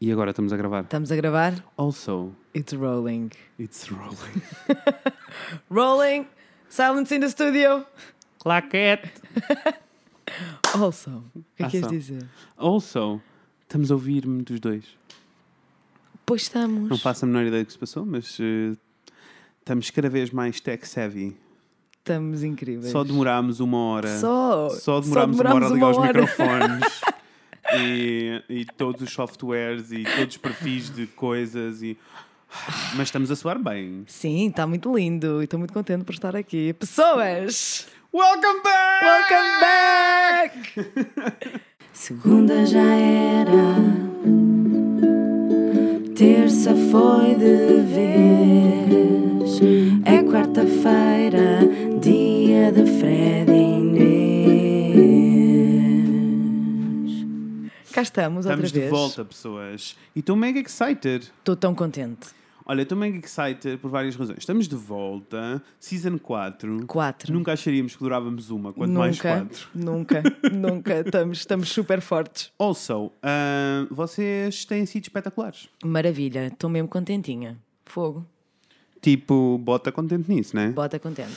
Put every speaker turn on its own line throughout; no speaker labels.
E agora estamos a gravar.
Estamos a gravar?
Also,
It's rolling.
it's rolling.
Rolling! Silence in the studio!
Claquete!
Also, o que é que
Ah,
queres
só.
dizer?
Also, estamos a ouvir-me dos dois.
Pois estamos.
Não faço a menor ideia do que se passou, mas eh, estamos cada vez mais tech savvy.
Estamos incríveis.
Só demorámos uma hora.
Só,
Só demorámos, uma hora a ligar os
uma hora.
microfones. E, e todos os softwares e todos os perfis de coisas e mas estamos a soar bem.
Sim, está muito lindo e estou muito contente por estar aqui. Pessoas!
Welcome back!
Welcome back!
Segunda já era, terça foi de vez, é quarta-feira, dia de Fred e Inês.
Cá estamos outra
Estamos
vez.
de volta, pessoas. E estou mega excited.
Estou tão contente.
Olha, estou mega excited por várias razões. Estamos de volta, Season 4.
Quatro.
Nunca acharíamos que durávamos uma, quanto
nunca,
mais quatro.
nunca, nunca. Estamos, estamos super fortes.
Also, ah, vocês têm sido espetaculares.
Maravilha, estou mesmo contentinha. Fogo,
Tipo, bota contente nisso, né?
bota contente.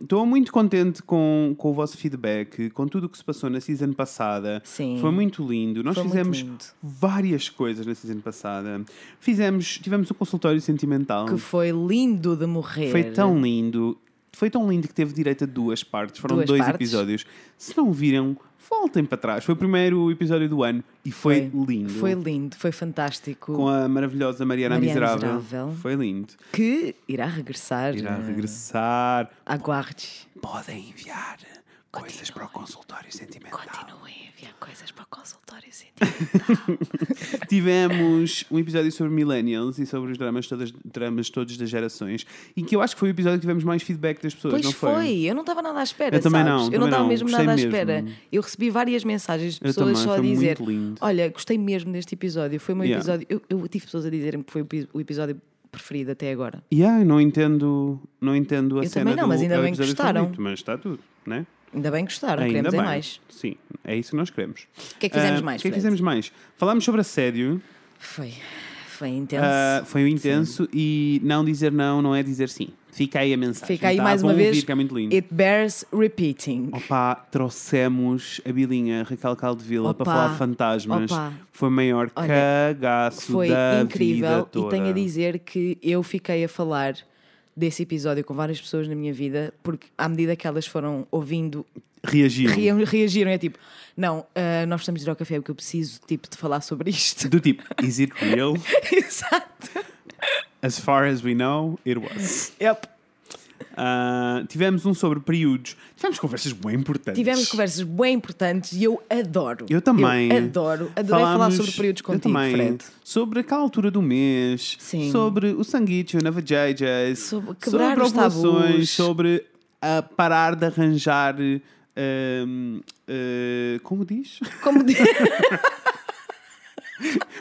Estou muito contente com, com o vosso feedback, com tudo o que se passou na season passada.
Sim.
Foi muito lindo. Nós
Foi muito
fizemos
lindo.
várias coisas na season passada. Fizemos, tivemos um consultório sentimental.
Que foi lindo de morrer.
Foi tão lindo. Foi tão lindo que teve direito a duas partes. Foram
Duas
dois
partes.
episódios. Se não viram, voltem para trás. Foi o primeiro episódio do ano e foi, lindo.
Foi lindo, foi fantástico.
Com a maravilhosa Mariana,
Mariana
Miserável.
Miserável.
Foi lindo.
Que irá regressar.
Irá
né?
regressar.
Aguarde.
Podem enviar coisas para o consultório sentimental.
Continuem a enviar coisas para o consultório
Tivemos um episódio sobre millennials e sobre os dramas, todas, dramas todos das gerações. E que eu acho que foi o episódio que tivemos mais feedback das pessoas,
Pois
não
foi. eu não estava nada à espera.
Eu também
sabes?
não,
eu
também
não estava
não,
mesmo
gostei
nada à
mesmo.
espera. Eu recebi várias mensagens de
Eu
pessoas
também,
só a
foi muito
dizer:
lindo.
Olha, gostei mesmo deste episódio. Foi o meu
Yeah.
episódio. Eu, eu tive pessoas a dizerem que foi o epi- o episódio preferido até agora.
Yeah, eu não entendo, não entendo a
Eu
cena
também não,
do
mas ainda
é o
bem que
episódio
gostaram.
favorito, mas está tudo, né?
Ainda bem que gostaram,
ainda
queremos
bem.
é mais.
Sim, é isso que nós queremos.
O que é que fizemos
Ah, O
mais?
que é que
Fred?
fizemos mais? Falámos sobre assédio,
Foi, foi intenso.
ah, foi o intenso e não dizer não não é dizer sim. Fica aí a mensagem.
Fica aí
tá?
mais
Vão
uma
ouvir,
vez.
que é muito lindo.
It bears repeating.
Opa, trouxemos a Bilinha Raquel Caldevila para
Opa,
falar de fantasmas.
opa.
Foi o maior
Olha,
cagaço
Foi
da vida
incrível
toda.
e tenho a dizer que eu fiquei a falar desse episódio com várias pessoas na minha vida, porque à medida que elas foram ouvindo,
Reagiram.
rea- reagiram. É tipo, não, ah, nós precisamos ir ao café porque eu preciso tipo, de falar sobre isto.
Do tipo, is it real?
Exato.
As far as we know, it was.
Yep.
Ah, tivemos um sobre períodos. Tivemos conversas bem importantes.
Tivemos conversas bem importantes e eu adoro.
Eu também.
adoro. Adorei falar
Falámos-
sobre períodos contigo,
eu também,
Fred.
Sobre aquela altura do mês.
Sim.
Sobre o sanguícho na VJJ.
Sobre quebrar os tabus.
Sobre a parar de arranjar... ahm, ah, como diz?
Como diz.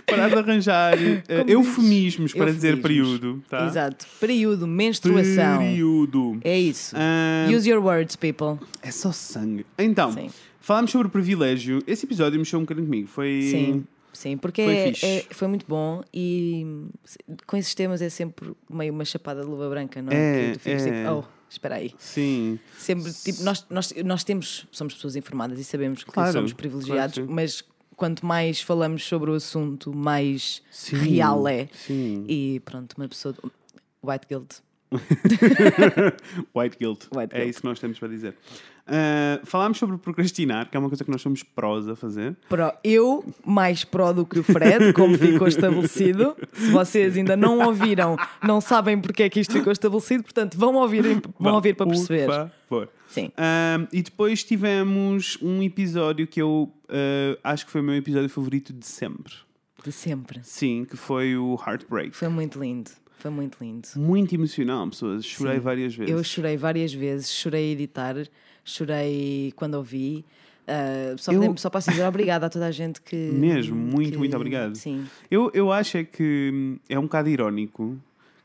Parar de arranjar ah,
Como diz?
eufemismos para dizer
Eufemismos.
período. Tá?
Exato. Período, menstruação.
Período.
É isso.
Ah,
Use your words, people.
É só sangue. Então,
Sim.
falámos sobre privilégio. Esse episódio mexeu um bocadinho comigo. Foi.
Sim, sim, porque
Foi
é- é-
fixe.
foi, muito bom e hum, se- com esses temas é sempre meio uma chapada de luva branca, não
É,
Que tu ficas
é.
tipo, oh, espera aí.
Sim.
Sempre, tipo, nós, nós, nós temos, somos pessoas informadas e sabemos que
Claro,
somos
claro
privilegiados,
que sim.
mas quanto mais falamos sobre o assunto, mais
Sim,
real é.
sim.
E pronto, uma pessoa. White guilt.
White guilt.
White
é
guilt.
isso que nós temos para dizer. Ah, falámos sobre procrastinar, que é uma coisa que nós somos prós a fazer.
Pro, eu mais pró do que o Fred, como ficou estabelecido. Se vocês ainda não ouviram, não sabem porque é que isto ficou estabelecido, portanto vão ouvir, vão ouvir para
por
perceber.
favor.
Sim.
Ah, e depois tivemos um episódio que eu ah, acho que foi o meu episódio favorito de sempre.
De sempre.
Sim, que foi o Heartbreak.
Foi muito lindo. Foi muito lindo.
Muito emocional, pessoas. Chorei
Sim.
várias vezes.
Eu chorei várias vezes, chorei a editar, chorei quando ouvi. Ah, só,
Eu-
podemos- só posso dizer obrigada a toda a gente que.
Mesmo, muito,
que-
muito obrigado.
Sim.
Eu, eu acho é que hum, é um bocado irónico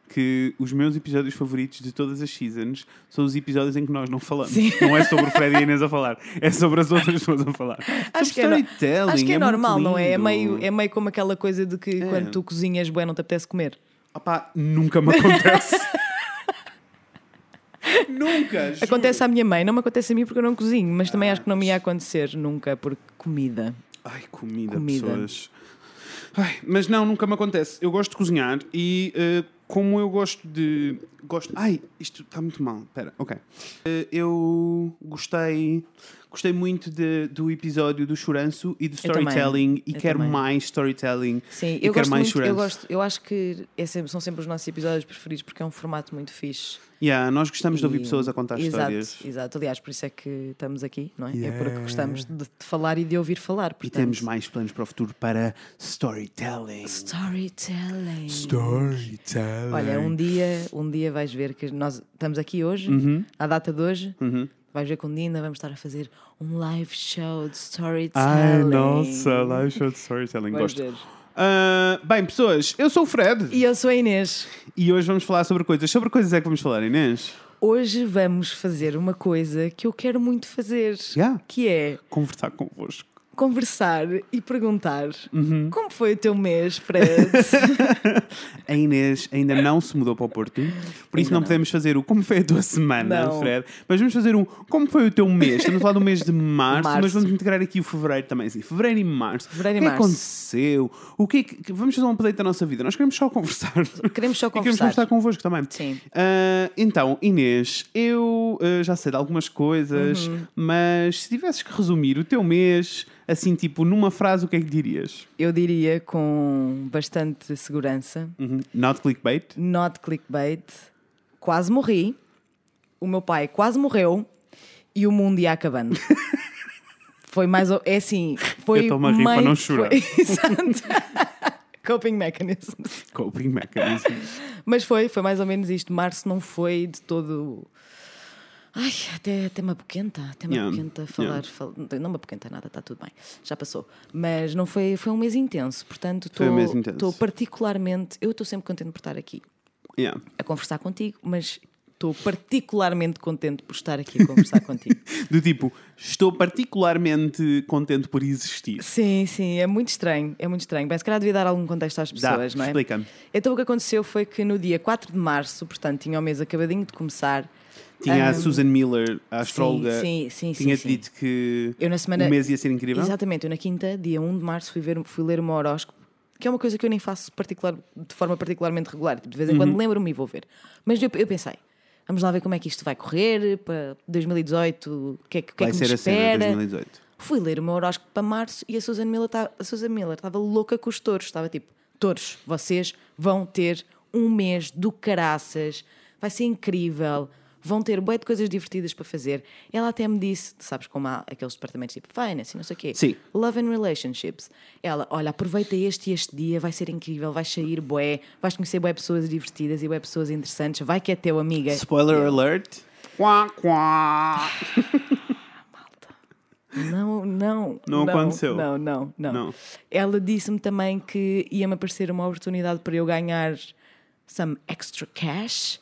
que os meus episódios favoritos de todas as seasons são os episódios em que nós não falamos.
Sim.
Não é sobre o Fred e a Inês a falar, é sobre as outras pessoas a falar.
Acho
Sobre
que é no-
storytelling,
Acho que é,
muito
normal, não é? É
lindo.
meio, é meio como aquela coisa de que
É.
quando tu cozinhas, bué, não te apetece comer.
Opá, nunca me acontece. nunca! juro.
Acontece à minha mãe, não me acontece a mim porque eu não cozinho, mas também acho que não me ia acontecer nunca porque comida.
Ai, comida,
Comida.
pessoas. Ai, mas não, nunca me acontece. Eu gosto de cozinhar e eh, como eu gosto de. Gosto... Ai, isto está muito mal. Espera, ok. Eh, eu gostei. Gostei muito de- do episódio do Choranço e do
Eu também.
storytelling e
Eu
quero
também.
mais storytelling.
Sim,
E
eu
quero
gosto
mais
muito,
choranço.
eu gosto, eu acho que é sempre- são sempre os nossos episódios preferidos porque é um formato muito fixe.
Yeah, nós gostamos de ouvir
E-
pessoas a contar
exato,
histórias.
Exato, aliás, por isso é que estamos aqui, não é? É
Yeah.
porque gostamos de, de falar e de ouvir falar.
E
portanto.
temos mais planos para o futuro para storytelling.
Storytelling.
Storytelling.
Olha, um dia, um dia vais ver que nós estamos aqui hoje,
Uhum.
à data de hoje. Vais ver que um dia ainda vamos estar a fazer um live show de storytelling.
Ai, nossa, live show de storytelling.
Vais
Gosto.
ver.
Ah, bem, pessoas, eu sou o Fred e...
E eu sou a Inês.
hoje vamos falar sobre coisas. Sobre coisas é que vamos falar, Inês?
Hoje vamos fazer uma coisa que eu quero muito fazer,
Yeah.
que é
Conversar convosco.
conversar e perguntar
Uhum.
como foi o teu mês, Fred?
A Inês ainda não se mudou para o Porto, por isso
Ainda
não,
não.
podemos fazer o como foi a tua semana,
Não.
Fred, mas vamos fazer um como foi o teu mês. Estamos a falar do mês de março,
Março.
mas vamos integrar aqui o fevereiro também. Sim, fevereiro e março.
Fevereiro
o
e
que é que
março.
aconteceu? O que é que... Vamos fazer um update da nossa vida. Nós queremos só conversar.
Queremos só
E queremos
conversar.
conversar convosco também.
Sim.
Ah, então, Inês, eu ah, já sei de algumas coisas,
Uhum.
mas se tivesses que resumir o teu mês, assim, tipo, numa frase, o que é que dirias?
Eu diria com bastante segurança,
Uhum. Not clickbait?
not clickbait, quase morri, o meu pai quase morreu e o mundo ia acabando. Foi mais. ou- É assim. Foi
Eu estou-me a rir para
meio-
não chorar.
foi- Exato. Coping mechanism.
Coping mechanism.
Mas foi, foi mais ou menos isto. Março não foi de todo. Ai, até, até me apoquenta, até me
Yeah,
apoquenta
yeah.
falar. fal- Não me apoquenta nada, está tudo bem, já passou. Mas não foi, foi um mês intenso, portanto
Foi um mês intenso.
estou particularmente. Eu estou sempre contente por estar aqui
Yeah.
a conversar contigo, mas estou particularmente contente por estar aqui a conversar contigo.
Do tipo, estou particularmente contente por existir.
Sim, sim, é muito estranho, é muito estranho. Bem, se calhar devia dar algum contexto às
Dá,
pessoas, não é?
explica-me.
Então o que aconteceu foi que no dia 4 de março, portanto, tinha o mês acabadinho de começar. hum,
Tinha a
ahm,
Susan Miller, a astróloga,
sim, sim, sim,
tinha-te
sim.
dito que
Eu na semana.
o mês ia ser incrível.
Exatamente, eu na quinta, dia 1 de março, fui, ver, fui ler o meu horóscopo, que é uma coisa que eu nem faço particular, de forma particularmente regular. Tipo, De vez em
Uhum.
quando lembro-me e vou ver. Mas eu, eu pensei, vamos lá ver como é que isto vai correr para 2018, o que é que, o que, é
Vai
que me
ser a cena
espera.
2018.
Fui ler o meu horóscopo para março e a Susan Miller ta- a Susan Miller estava louca com os touros. Estava tipo: touros, vocês vão ter um mês do caraças, vai ser incrível, vão ter bué de coisas divertidas para fazer. Ela até me disse: sabes como há aqueles departamentos tipo finance e não sei o quê,
Sim.
love and relationships. Ela, olha, aproveita este e este dia, vai ser incrível, vais sair bué, vais conhecer bué pessoas divertidas e bué pessoas interessantes, vai que é teu amiga.
Spoiler alert. Quá, quá.
Não, não.
Não aconteceu.
Não, não, não.
Não.
Ela disse-me também que ia-me aparecer uma oportunidade para eu ganhar some extra cash.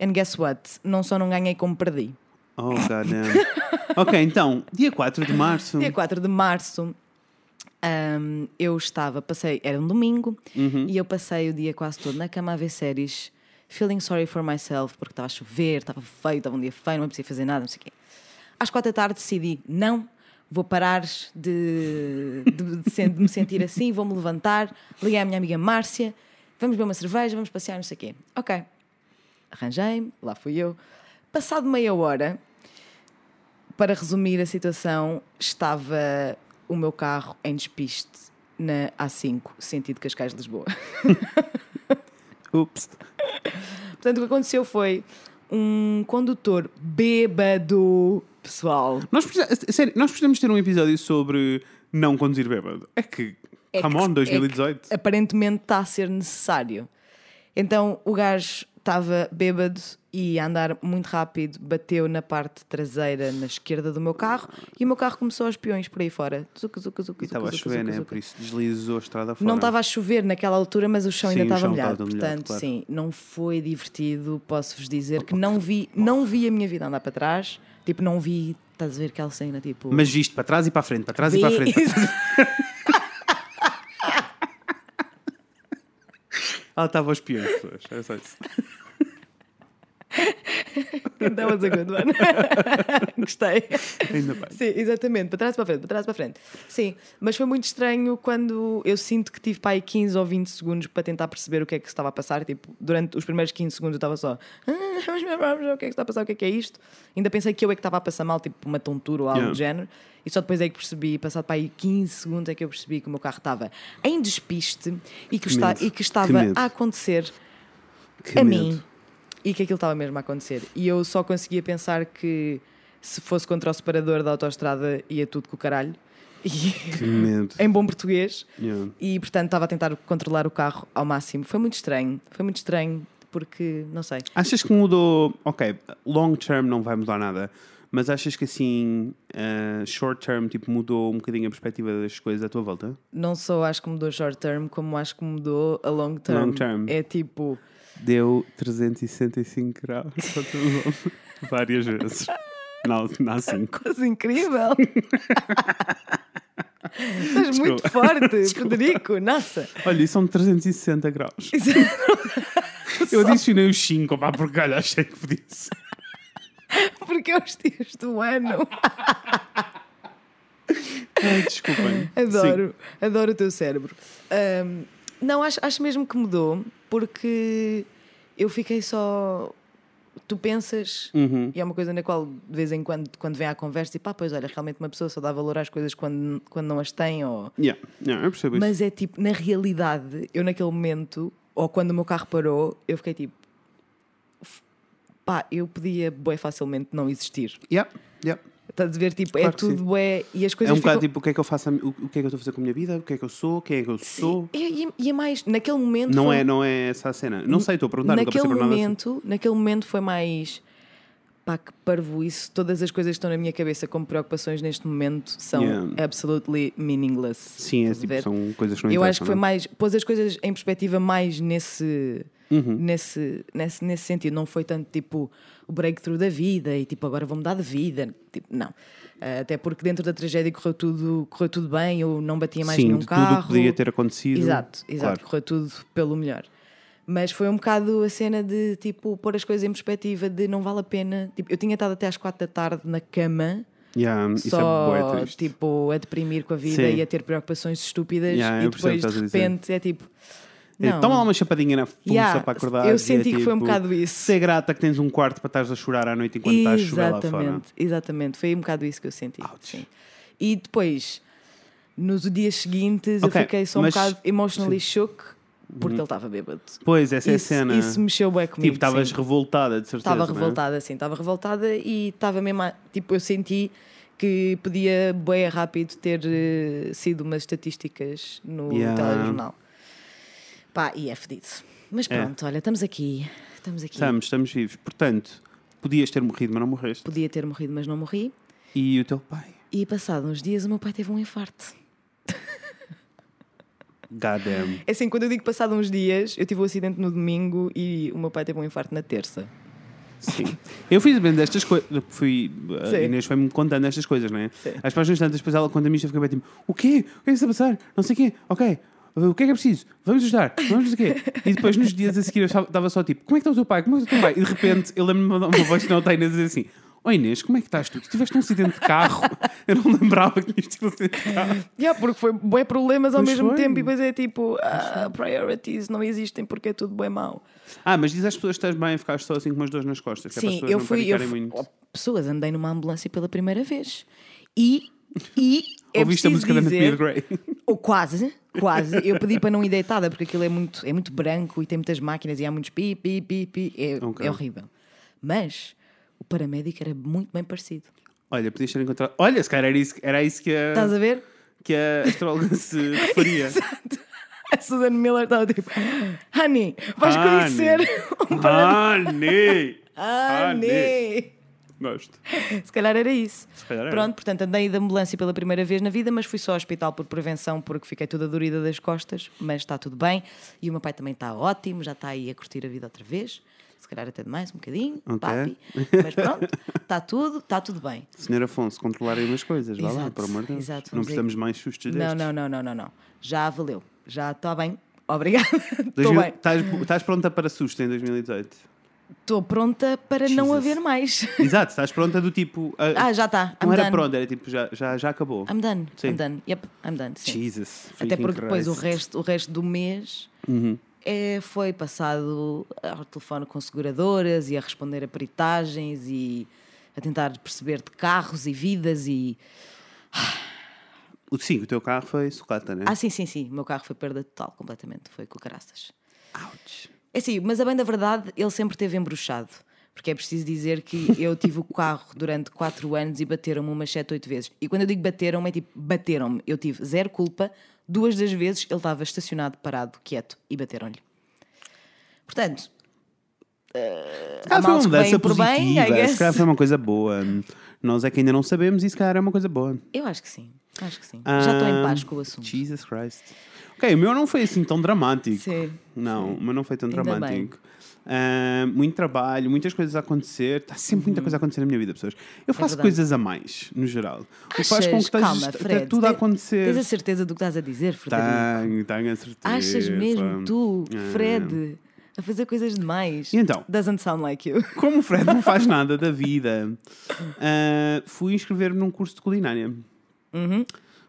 And guess what? Não só não ganhei, como perdi.
Oh, goddamn. ok, então, dia 4 de março.
Dia 4 de março, ahm, eu estava, passei, era um domingo, e eu passei o dia quase todo na cama a ver séries, feeling sorry for myself, porque estava a chover, estava feio, estava um dia feio, não me fazer nada, não sei o quê. Às quatro da tarde decidi, não, vou parar de, de- de sen- de me sentir assim, vou-me levantar, liguei à minha amiga Márcia, vamos beber uma cerveja, vamos passear, não sei o quê. Ok, arranjei-me, lá fui eu. Passado meia hora, para resumir a situação, estava o meu carro em despiste na A5, sentido Cascais-Lisboa.
Ups.
Portanto, o que aconteceu foi um condutor bêbado, pessoal.
Nós, precisa- sério, nós precisamos ter um episódio sobre não conduzir bêbado. É que.
É que-
come on,
é que
2018.
aparentemente está a ser necessário. Então o gajo estava bêbado e a andar muito rápido, bateu na parte traseira, na esquerda do meu carro, e o meu carro começou aos peões por aí fora. Zuca, zuca, zuca,
E estava a
zuca, zuca,
chover,
zuca,
né?
zuca.
Por isso deslizou a estrada fora.
Não estava a chover naquela altura, mas o chão
Sim, o
ainda estava
chão
molhado.
estava molhado,
Portanto,
claro.
sim, não foi divertido. Posso-vos dizer que não vi, não vi a minha vida andar para trás. Tipo, não vi, estás a ver aquela cena, tipo.
Mas viste para trás e para a frente, para trás e
vi-
para a frente. Ela estava aos piores pessoas. Era só isso.
That was a good one. Gostei.
Ainda bem.
Sim, exatamente, para trás e para a frente, para trás e para a frente. Sim, mas foi muito estranho quando eu sinto que tive para aí 15 ou 20 segundos para tentar perceber o que é que se estava a passar. Tipo, durante os primeiros 15 segundos eu estava só, "Ah, mas meu Deus, o que é que se está a passar, o que é que é isto? Ainda pensei que eu é que estava a passar mal, tipo uma tontura ou algo
Yeah.
do género. E só depois é que percebi, passado para aí 15 segundos, é que eu percebi que o meu carro estava em despiste e que, o esta-
medo,
e que
que
estava
medo.
a acontecer
Que
a
medo.
mim e que aquilo estava mesmo a acontecer. E eu só conseguia pensar que se fosse contra o separador da autoestrada ia tudo com o caralho. E-
Que medo.
em bom português.
Yeah.
E portanto estava a tentar controlar o carro ao máximo. Foi muito estranho. Foi muito estranho porque, não sei.
Achas que mudou? Ok, long term não vai mudar nada, mas achas que assim, eh, short term, tipo, mudou um bocadinho a perspectiva das coisas à tua volta?
Não só acho que mudou short term, como acho que mudou a long term.
Long term.
É tipo,
Deu 365 graus à tua volta várias vezes. Não, não cinco.
coisa incrível. Estás muito
Desculpa.
forte, Frederico. Nossa.
Olha, isso são 360 graus. Eu adicionei os 5, pá, porque olha, achei que podia ser.
Porque é os dias do ano.
Ai, Desculpem.
É. Adoro, adoro o teu cérebro. Ahm, não, acho, acho mesmo que mudou, porque eu fiquei só. Tu pensas,
Uhum.
e é uma coisa na qual de vez em quando, quando vem à conversa, e pá, pois olha, realmente uma pessoa só dá valor às coisas quando, quando não as tem, ou.
Sim. Yeah, yeah, eu percebo isso.
Mas é tipo, na realidade, eu naquele momento, ou quando o meu carro parou, eu fiquei tipo. f- Pá, eu podia bem facilmente não existir.
Yeah, yeah.
Estás a ver, tipo, é
Claro que
tudo
sim.
bué e as coisas
É um bocado
ficam...
tipo o que é que eu faço, a mi- o, o que é que eu estou a fazer com a minha vida, o que é que eu sou, quem é que eu sou.
E, e- e é mais, naquele momento.
Não
foi- um
é, não é essa a cena. Não sei, estou a perguntar, nunca
naquele
passei por nada assim.
momento, naquele momento foi mais pá, que parvo isso. Todas as coisas que estão na minha cabeça como preocupações neste momento são
Yeah.
absolutely meaningless.
Sim, é
Estás a
tipo,
ver?
são coisas que não é?
Eu acho que foi
interessam,
mais. pôs as coisas em perspectiva mais nesse.
Uhum.
Nesse, nesse, nesse sentido, não foi tanto tipo o breakthrough da vida e tipo agora vou mudar de vida, tipo, não. Ah, Até porque dentro da tragédia correu tudo, correu tudo bem, eu não batia
não é?
mais
Sim,
nenhum
de tudo o
carro.
que podia ter acontecido.
Exato, exato,
Claro.
correu tudo pelo melhor. Mas foi um bocado a cena de tipo pôr as coisas em perspectiva de não vale a pena. Tipo, eu tinha estado até às quatro da tarde na cama,
Yeah, isso
só
é bué triste.
tipo a deprimir com a vida
Sim.
e a ter preocupações estúpidas
Yeah,
e
eu percebo o
depois
que
de
estás a dizer.
repente é tipo.
É,
Não.
Toma lá uma chapadinha na fuça
Yeah,
para acordar.
eu
e é
senti que foi um
tipo,
bocado isso.
Ser grata que tens um quarto para estares a chorar à noite enquanto estás tá a chover lá fora.
Exatamente, exatamente. Foi um bocado isso que eu senti.
Ouch.
sim. E depois, nos dias seguintes,
Ok,
eu fiquei só um
mas- Uhum.
bocado emotionally shook porque ele estava bêbado.
Pois, essa
isso,
é a cena.
Isso mexeu bem
tipo,
comigo.
estavas
sim.
revoltada, de certeza.
Estava
não é?
revoltada, assim, estava revoltada e estava mesmo. a- Tipo, eu senti que podia, bem rápido, ter eh, sido umas estatísticas no
Yeah.
telejornal. Pá, e é fedido. Mas
É.
pronto, olha, estamos aqui. Estamos aqui.
Estamos, estamos vivos. Portanto, podias ter morrido, mas não morreste.
Podia ter morrido, mas não morri.
E o teu pai?
E passados uns dias, o meu pai teve um infarto.
God damn.
É assim, quando eu digo passado uns dias, eu tive um acidente no domingo e o meu pai teve um infarto na terça.
Sim. Eu fiz bem destas coisas. Fui.
Sim.
A Inês foi-me contando estas coisas, não é?
Sim.
As páginas tantas, depois ela conta-me isto e eu fiquei bem tipo: o quê? O que é que está a passar? Não sei o quê. Ok. O que é que é preciso? Vamos ajudar, vamos não sei o quê. E depois nos dias a seguir eu estava- estava só tipo: como é que está o teu pai? Como é que está o teu pai? E de repente eu lembro-me de mandar uma voz nota à Inês a dizer assim: Oi Inês, como é que estás tu? Tu tiveste um acidente de carro? Eu não lembrava que tinhas tido um acidente de carro.
Yeah, porque foi bué problemas ao
Pois
mesmo
foi.
tempo e depois é tipo, ah, priorities não existem porque é tudo bué mau.
Ah, mas diz às pessoas que estás bem a ficar só assim com umas dores nas costas. que é para as
Sim,
pessoas
eu
não
fui. Eu
panicarem
fui-
muito.
Oh, pessoas, andei numa ambulância pela primeira vez. E. e é
Ouviste a
preciso
música da Anatomia
dizer,
de Grey?
Ou quase, quase. Eu pedi para não ir deitada porque aquilo é muito, é muito branco e tem muitas máquinas e há muitos pi, pi, pi, pi. É,
Ok.
é horrível. Mas o paramédico era muito bem parecido.
Olha, podias ter encontrado. Olha, se calhar era isso, era isso que a.
Estás a ver?
que a astróloga se referia.
A Susan Miller estava tipo: Honey, vais conhecer um par
Ah, Honey!
Honey!
Gosto.
Se calhar era isso.
calhar era.
Pronto, portanto, andei de ambulância pela primeira vez na vida, mas fui só ao hospital por prevenção porque fiquei toda dorida das costas, mas está tudo bem. E o meu pai também está ótimo, já está aí a curtir a vida outra vez. Se calhar até demais, um bocadinho, papi. Mas pronto, está tudo, está tudo bem.
Senhor Afonso, controlarem umas coisas, vá lá,
Exato,
por amor de Deus.
exato,
não
vamos aí.
precisamos mais sustos
Não,
destes.
não, não, não, não, não. Já valeu. Já está bem. Obrigada.
Dois
Estou
mil-
bem.
Estás, estás pronta para susto em 2018?
Estou pronta para não
Jesus.
haver mais.
Exato, estás pronta do tipo. ah,
Ah, já está.
não
I'm
era
done.
pronta, era tipo, já, já, já acabou.
I'm done.
Sim.
I'm done. Yep, I'm done. Sim.
Jesus.
Até
freaking
porque depois o
Christ.
resto, o resto do mês é, foi passado ao telefone com seguradoras e a responder a peritagens e a tentar perceber de carros e vidas e.
O- Sim, o teu carro foi sucata, né?
Ah, sim, sim, sim. O meu carro foi perda total, completamente. Foi com caraças.
Ouch.
É sim, mas a bem da verdade ele sempre teve embruxado. Porque é preciso dizer que eu tive o carro durante 4 anos e bateram-me umas 7, 8 vezes. E quando eu digo bateram-me, é tipo, bateram-me. Eu tive zero culpa. Duas das vezes ele estava estacionado, parado, quieto e bateram-lhe. Portanto,
Se calhar foi uma
males que
mudança
vêm por bem, I
positiva,
guess.
se calhar foi uma coisa boa. Nós é que ainda não sabemos e se calhar é uma coisa boa. Ah,
eu acho que sim. Acho que sim. Já estou em paz com o assunto.
Jesus Christ. Ok, o meu não foi assim tão dramático.
Sim.
Não, o meu não foi tão
Ainda bem.
dramático. Ah, muito trabalho, muitas coisas a acontecer. Está sempre muita coisa a acontecer na minha vida, pessoas. Eu faço
Uhum. É verdade.
coisas a mais, no geral. O que faz com que
Achas?
esteja-
Calma,
esteja
Fred.
tudo a
Te- Tens a
acontecer. Tá.
certeza do que estás a dizer, Frederico?
Tenho, tenho a certeza.
Achas mesmo tu,
Ah.
Fred, a fazer coisas demais?
E então?
Doesn't sound like you.
Como o Fred não faz nada da vida, ah, fui inscrever-me num curso de culinária.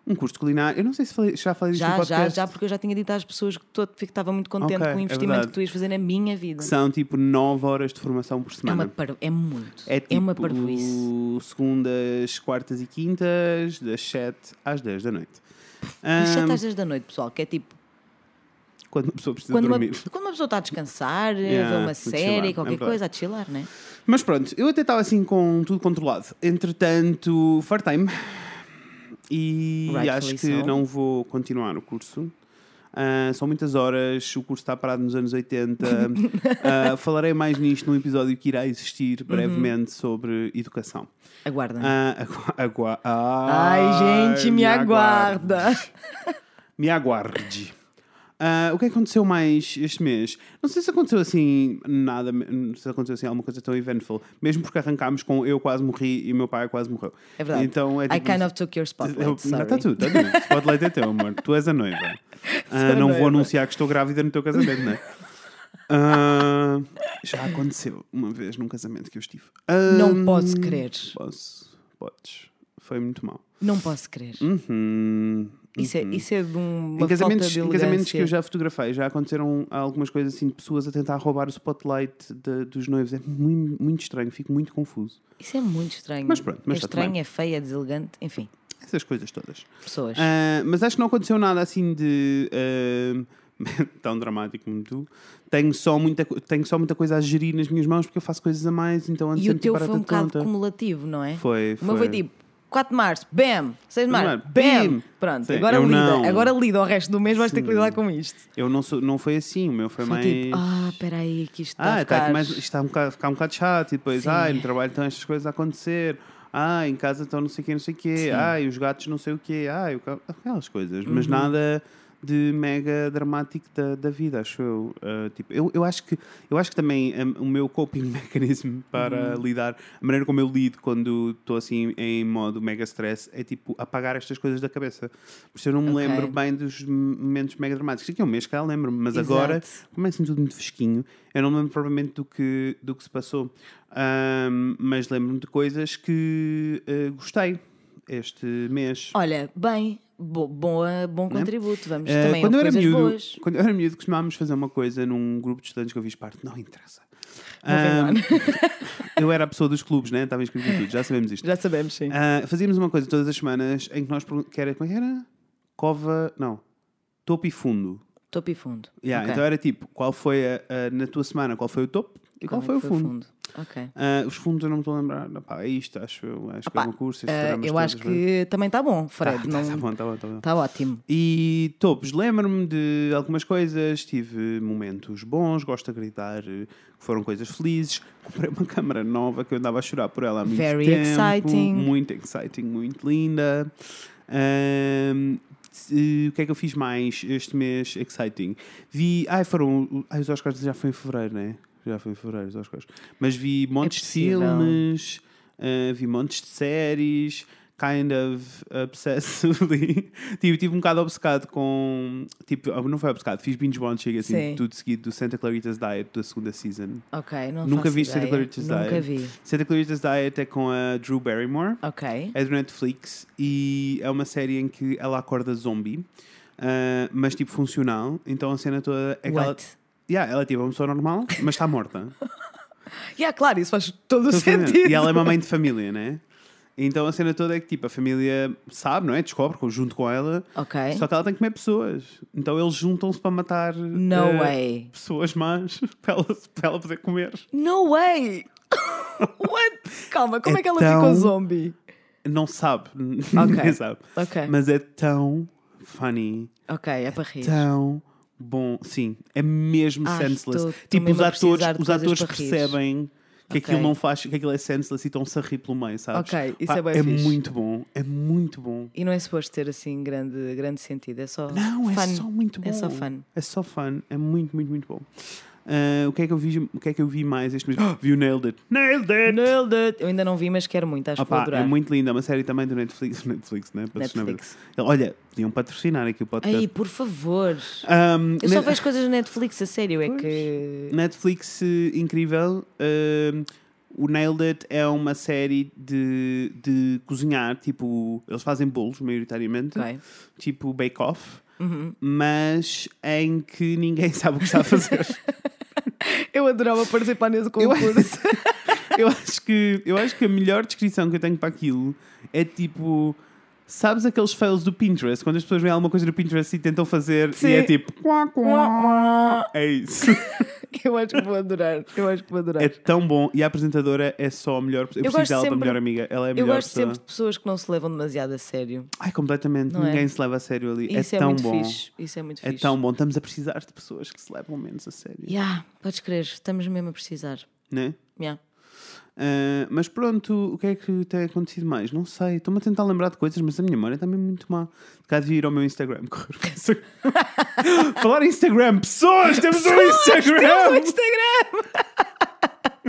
Um curso de culinária. Eu não sei se falei- já falei disto no
Uhum. Já, já,
podcast.
já, porque eu já tinha dito às pessoas que todo- que estava muito contente
Ok,
com o
é
investimento que
verdade.
tu ias fazer na minha vida.
Que são tipo 9 horas de formação por
É, uma
semana.
par... é muito.
É,
É,
tipo
uma parvoíce.
segundas, quartas e quintas, das 7 às 10 da noite.
Isto já
Ah,
estás desde da noite, pessoal, que é tipo.
Quando uma pessoa precisa
Quando uma,
dormir.
quando uma pessoa está a descansar,
Yeah,
vê uma
muito
série,
chillar, é
qualquer
verdade.
coisa, a chilar, né?
Mas pronto, eu até estava assim com tudo controlado. Entretanto, fartei-me. E
Rightfully
acho que
so.
não vou continuar o curso. Ah, são muitas horas, o curso está parado nos anos 80. Ah, falarei mais nisto num episódio que irá
Uhum.
existir brevemente sobre educação.
Aguarda.
Ah, agua- agua-
Ai, gente, me
aguarde.
aguarda.
Me aguarde. Ah, o que é que aconteceu mais este mês? Não sei se aconteceu assim nada, não sei se aconteceu assim alguma coisa tão eventful, mesmo porque arrancámos com eu quase morri e meu pai quase morreu.
É verdade.
Então é
I
tipo,
kind of took
eu-
your spotlight.
não,
Sorry.
Está tudo, está tudo. Spotlight é teu, amor. Tu és a noiva. Ah,
a
não vou
noiva.
anunciar que estou grávida no teu casamento, não é? Ah, já aconteceu uma vez num casamento que eu estive.
Não
Ah,
posso crer.
Posso, podes. Foi muito mal.
Não posso crer.
Uhum.
Isso, é, isso é de uma
Em casamentos,
falta de
em casamentos que eu
elegância.
já fotografei, já aconteceram algumas coisas assim de pessoas a tentar roubar o spotlight de- dos noivos. É muito, muito estranho, fico muito confuso.
Isso é muito estranho.
Mas pronto, mas
é
está tudo bem.
estranho, é feio, é deselegante, enfim,
Essas coisas todas.
pessoas.
Ah, mas acho que não aconteceu nada assim de ah, tão dramático como tu. Tenho só, muita, co- tenho só muita coisa a gerir nas minhas mãos porque eu faço coisas a mais, então antes
E o
sempre
teu
barata
foi um bocado
tonta.
cumulativo, não é?
Foi,
O meu foi
foi.
tipo 4 de março, bam! 6 de março,
março,
bam!
bam!
Pronto,
Sim,
agora
eu
lida.
não.
Agora lida o resto do mês, vais ter que lidar com isto.
Eu não, sou, não foi assim, o meu foi,
Foi
mais.
tipo, ah, espera aí, que isto está
Ah,
a
está
ficar...
aqui mais, isto está um bocado, ficar um bocado chato. E depois,
Sim.
ai, no trabalho estão estas coisas a acontecer. Ah, em casa estão não sei o quê, não sei o quê. Ai, os gatos não sei o quê. Ai, o ca- aquelas coisas. Mas
Uhum.
nada de mega dramático da, da vida, acho eu. Ah, tipo, eu, eu, acho que, eu acho que também hum, o meu coping mechanism para
Uhum.
lidar, a maneira como eu lido quando estou assim em modo mega stress, é tipo apagar estas coisas da cabeça. Por isso eu não me
Ok.
lembro bem dos momentos mega dramáticos. Daqui a um mês, cá lembro-me, mas
Exato.
agora como é assim tudo muito fresquinho, eu não me lembro propriamente do que, do que se passou, Ahm, mas lembro-me de coisas que eh, gostei este mês.
Olha, bem, bo- boa, bom contributo, vamos
Eh,
também
quando, eu
houve
era
coisas
miúdo,
boas.
quando eu era miúdo, costumávamos fazer uma coisa num grupo de estudantes que eu fiz parte, não interessa.
Moving on.
Ahm, eu era a pessoa dos clubes, né? estava inscrito em tudo, já sabemos isto.
Já sabemos, sim.
Ah, fazíamos uma coisa todas as semanas em que nós pergun- que era, como é que era? Cova, não, topo e fundo.
Topo e fundo.
Yeah,
Ok.
Então era tipo, qual foi a- a- na tua semana, qual foi o topo e qual
Como é
foi
que
o fundo.
Ok.
Ah, os fundos eu não me estou a lembrar. Ah, pá, é isto, acho eu. Acho que é
Opa,
um curso. estes
Ah,
dramas
eu
todos,
acho
não é?
que também está bom, Fred.
Tá,
não...
tá bom, tá bom, tá bom.
Tá ótimo.
E topos, lembro-me de algumas coisas, tive momentos bons, gosto de acreditar eh, que foram coisas felizes. Comprei uma câmara nova que eu andava a chorar por ela há muito
Very
tempo.
exciting.
Muito exciting, muito linda. Ahm, se- o que é que eu fiz mais este mês exciting? Vi. Ai, foram. Ai, os Oscars já foi em fevereiro, não é? Já foi em fevereiro os Oscars. Mas vi montes de
É possível.
filmes, ah, vi montes de séries, kind of obsessively. tive, tive um bocado obcecado com. Tipo, não foi obcecado, fiz binge watching assim,
Sim.
tudo seguido do Santa Clarita's Diet da segunda season.
Ok, não
Nunca
faço
vi
ideia.
Santa Clarita's Diet.
Nunca vi.
Santa Clarita's Diet é com a Drew Barrymore.
Ok.
É do Netflix e é uma série em que ela acorda zombie, ah, mas tipo funcional. Então a cena toda é que ela.
What?
Yeah, ela é tipo uma pessoa normal, mas está morta.
Yeah, claro, isso faz todo o
Estás a entender?
sentido.
E ela é uma mãe de família, né? Então a cena toda é que tipo a família sabe, não é? Descobre junto com ela.
Ok.
é Só que ela tem que comer pessoas. Então eles juntam-se para matar
No
ah,
way.
pessoas más para ela, para ela poder comer.
No way! What? Calma, como é, que ela
Então-
ficou zombie?
Não sabe.
Ok.
Ninguém sabe.
Ok.
Mas é tão funny.
Ok, é para rir.
tão bom. Sim, é mesmo
Ai,
senseless.
tô- tô
tipo, os
mesmo a
atores,
precisar de
os
coisas
atores
para rir.
percebem que aquilo
Ok.
não faz, que aquilo é senseless e estão-se a rir pelo meio, sabes?
Ok, isso é bué
É
fixe.
muito bom, é muito bom.
E não é suposto ter assim grande, grande sentido, é só.
Não, é
fun.
só muito bom.
É só fun.
É só fun, é muito, muito, muito bom. Ah, o, que é que eu vi, o que é que eu vi mais este mês? Ah, vi o Nailed It. Nailed It!
Nailed it. Eu ainda não vi, mas quero muito, acho que vou
Opa,
adorar.
é muito linda, é uma série também do Netflix. Netflix, né? Para sustentar.
Netflix.
Olha, podiam patrocinar aqui o podcast.
Ai, por favor.
Ahm,
Eu só
ne-
vejo coisas na Netflix, a sério, é
Pois.
que.
Netflix eh, incrível. Ahm, o Nailed It é uma série de, de cozinhar, tipo, eles fazem bolos maioritariamente,
Ok.
tipo Bake Off,
Uhum.
mas é em que ninguém sabe o que está a fazer.
Eu adorava participar nesse
Eu-
concurso.
eu, acho que, eu acho que a melhor descrição que eu tenho para aquilo é tipo. Sabes aqueles fails do Pinterest? Quando as pessoas veem alguma coisa do Pinterest e tentam fazer
Sim.
e é tipo. "Quá, quá". É isso.
Eu acho que vou adorar. Eu acho que vou adorar.
É tão bom. E a apresentadora é só a melhor. Eu,
gosto
preciso dela para
sempre-
melhor amiga. Ela é a
Eu
melhor
gosto
pessoa.
sempre de pessoas que não se levam demasiado a sério.
Ai, completamente.
Não é?
Ninguém se leva a sério ali.
Isso é,
é, tão
muito
bom.
fixe. Isso é muito
É
fixe.
tão bom. Estamos a precisar de pessoas que se levam menos a sério.
Yeah, podes crer, estamos mesmo a precisar.
Né?
Yeah.
Ah, mas pronto, o que é que tem acontecido mais? Não sei. Estou-me a tentar lembrar de coisas, mas a minha memória está mesmo muito má. Cá de ir ao meu Instagram. correr o Instagram. Falar em Instagram. Pessoas, temos um Instagram!
Instagram!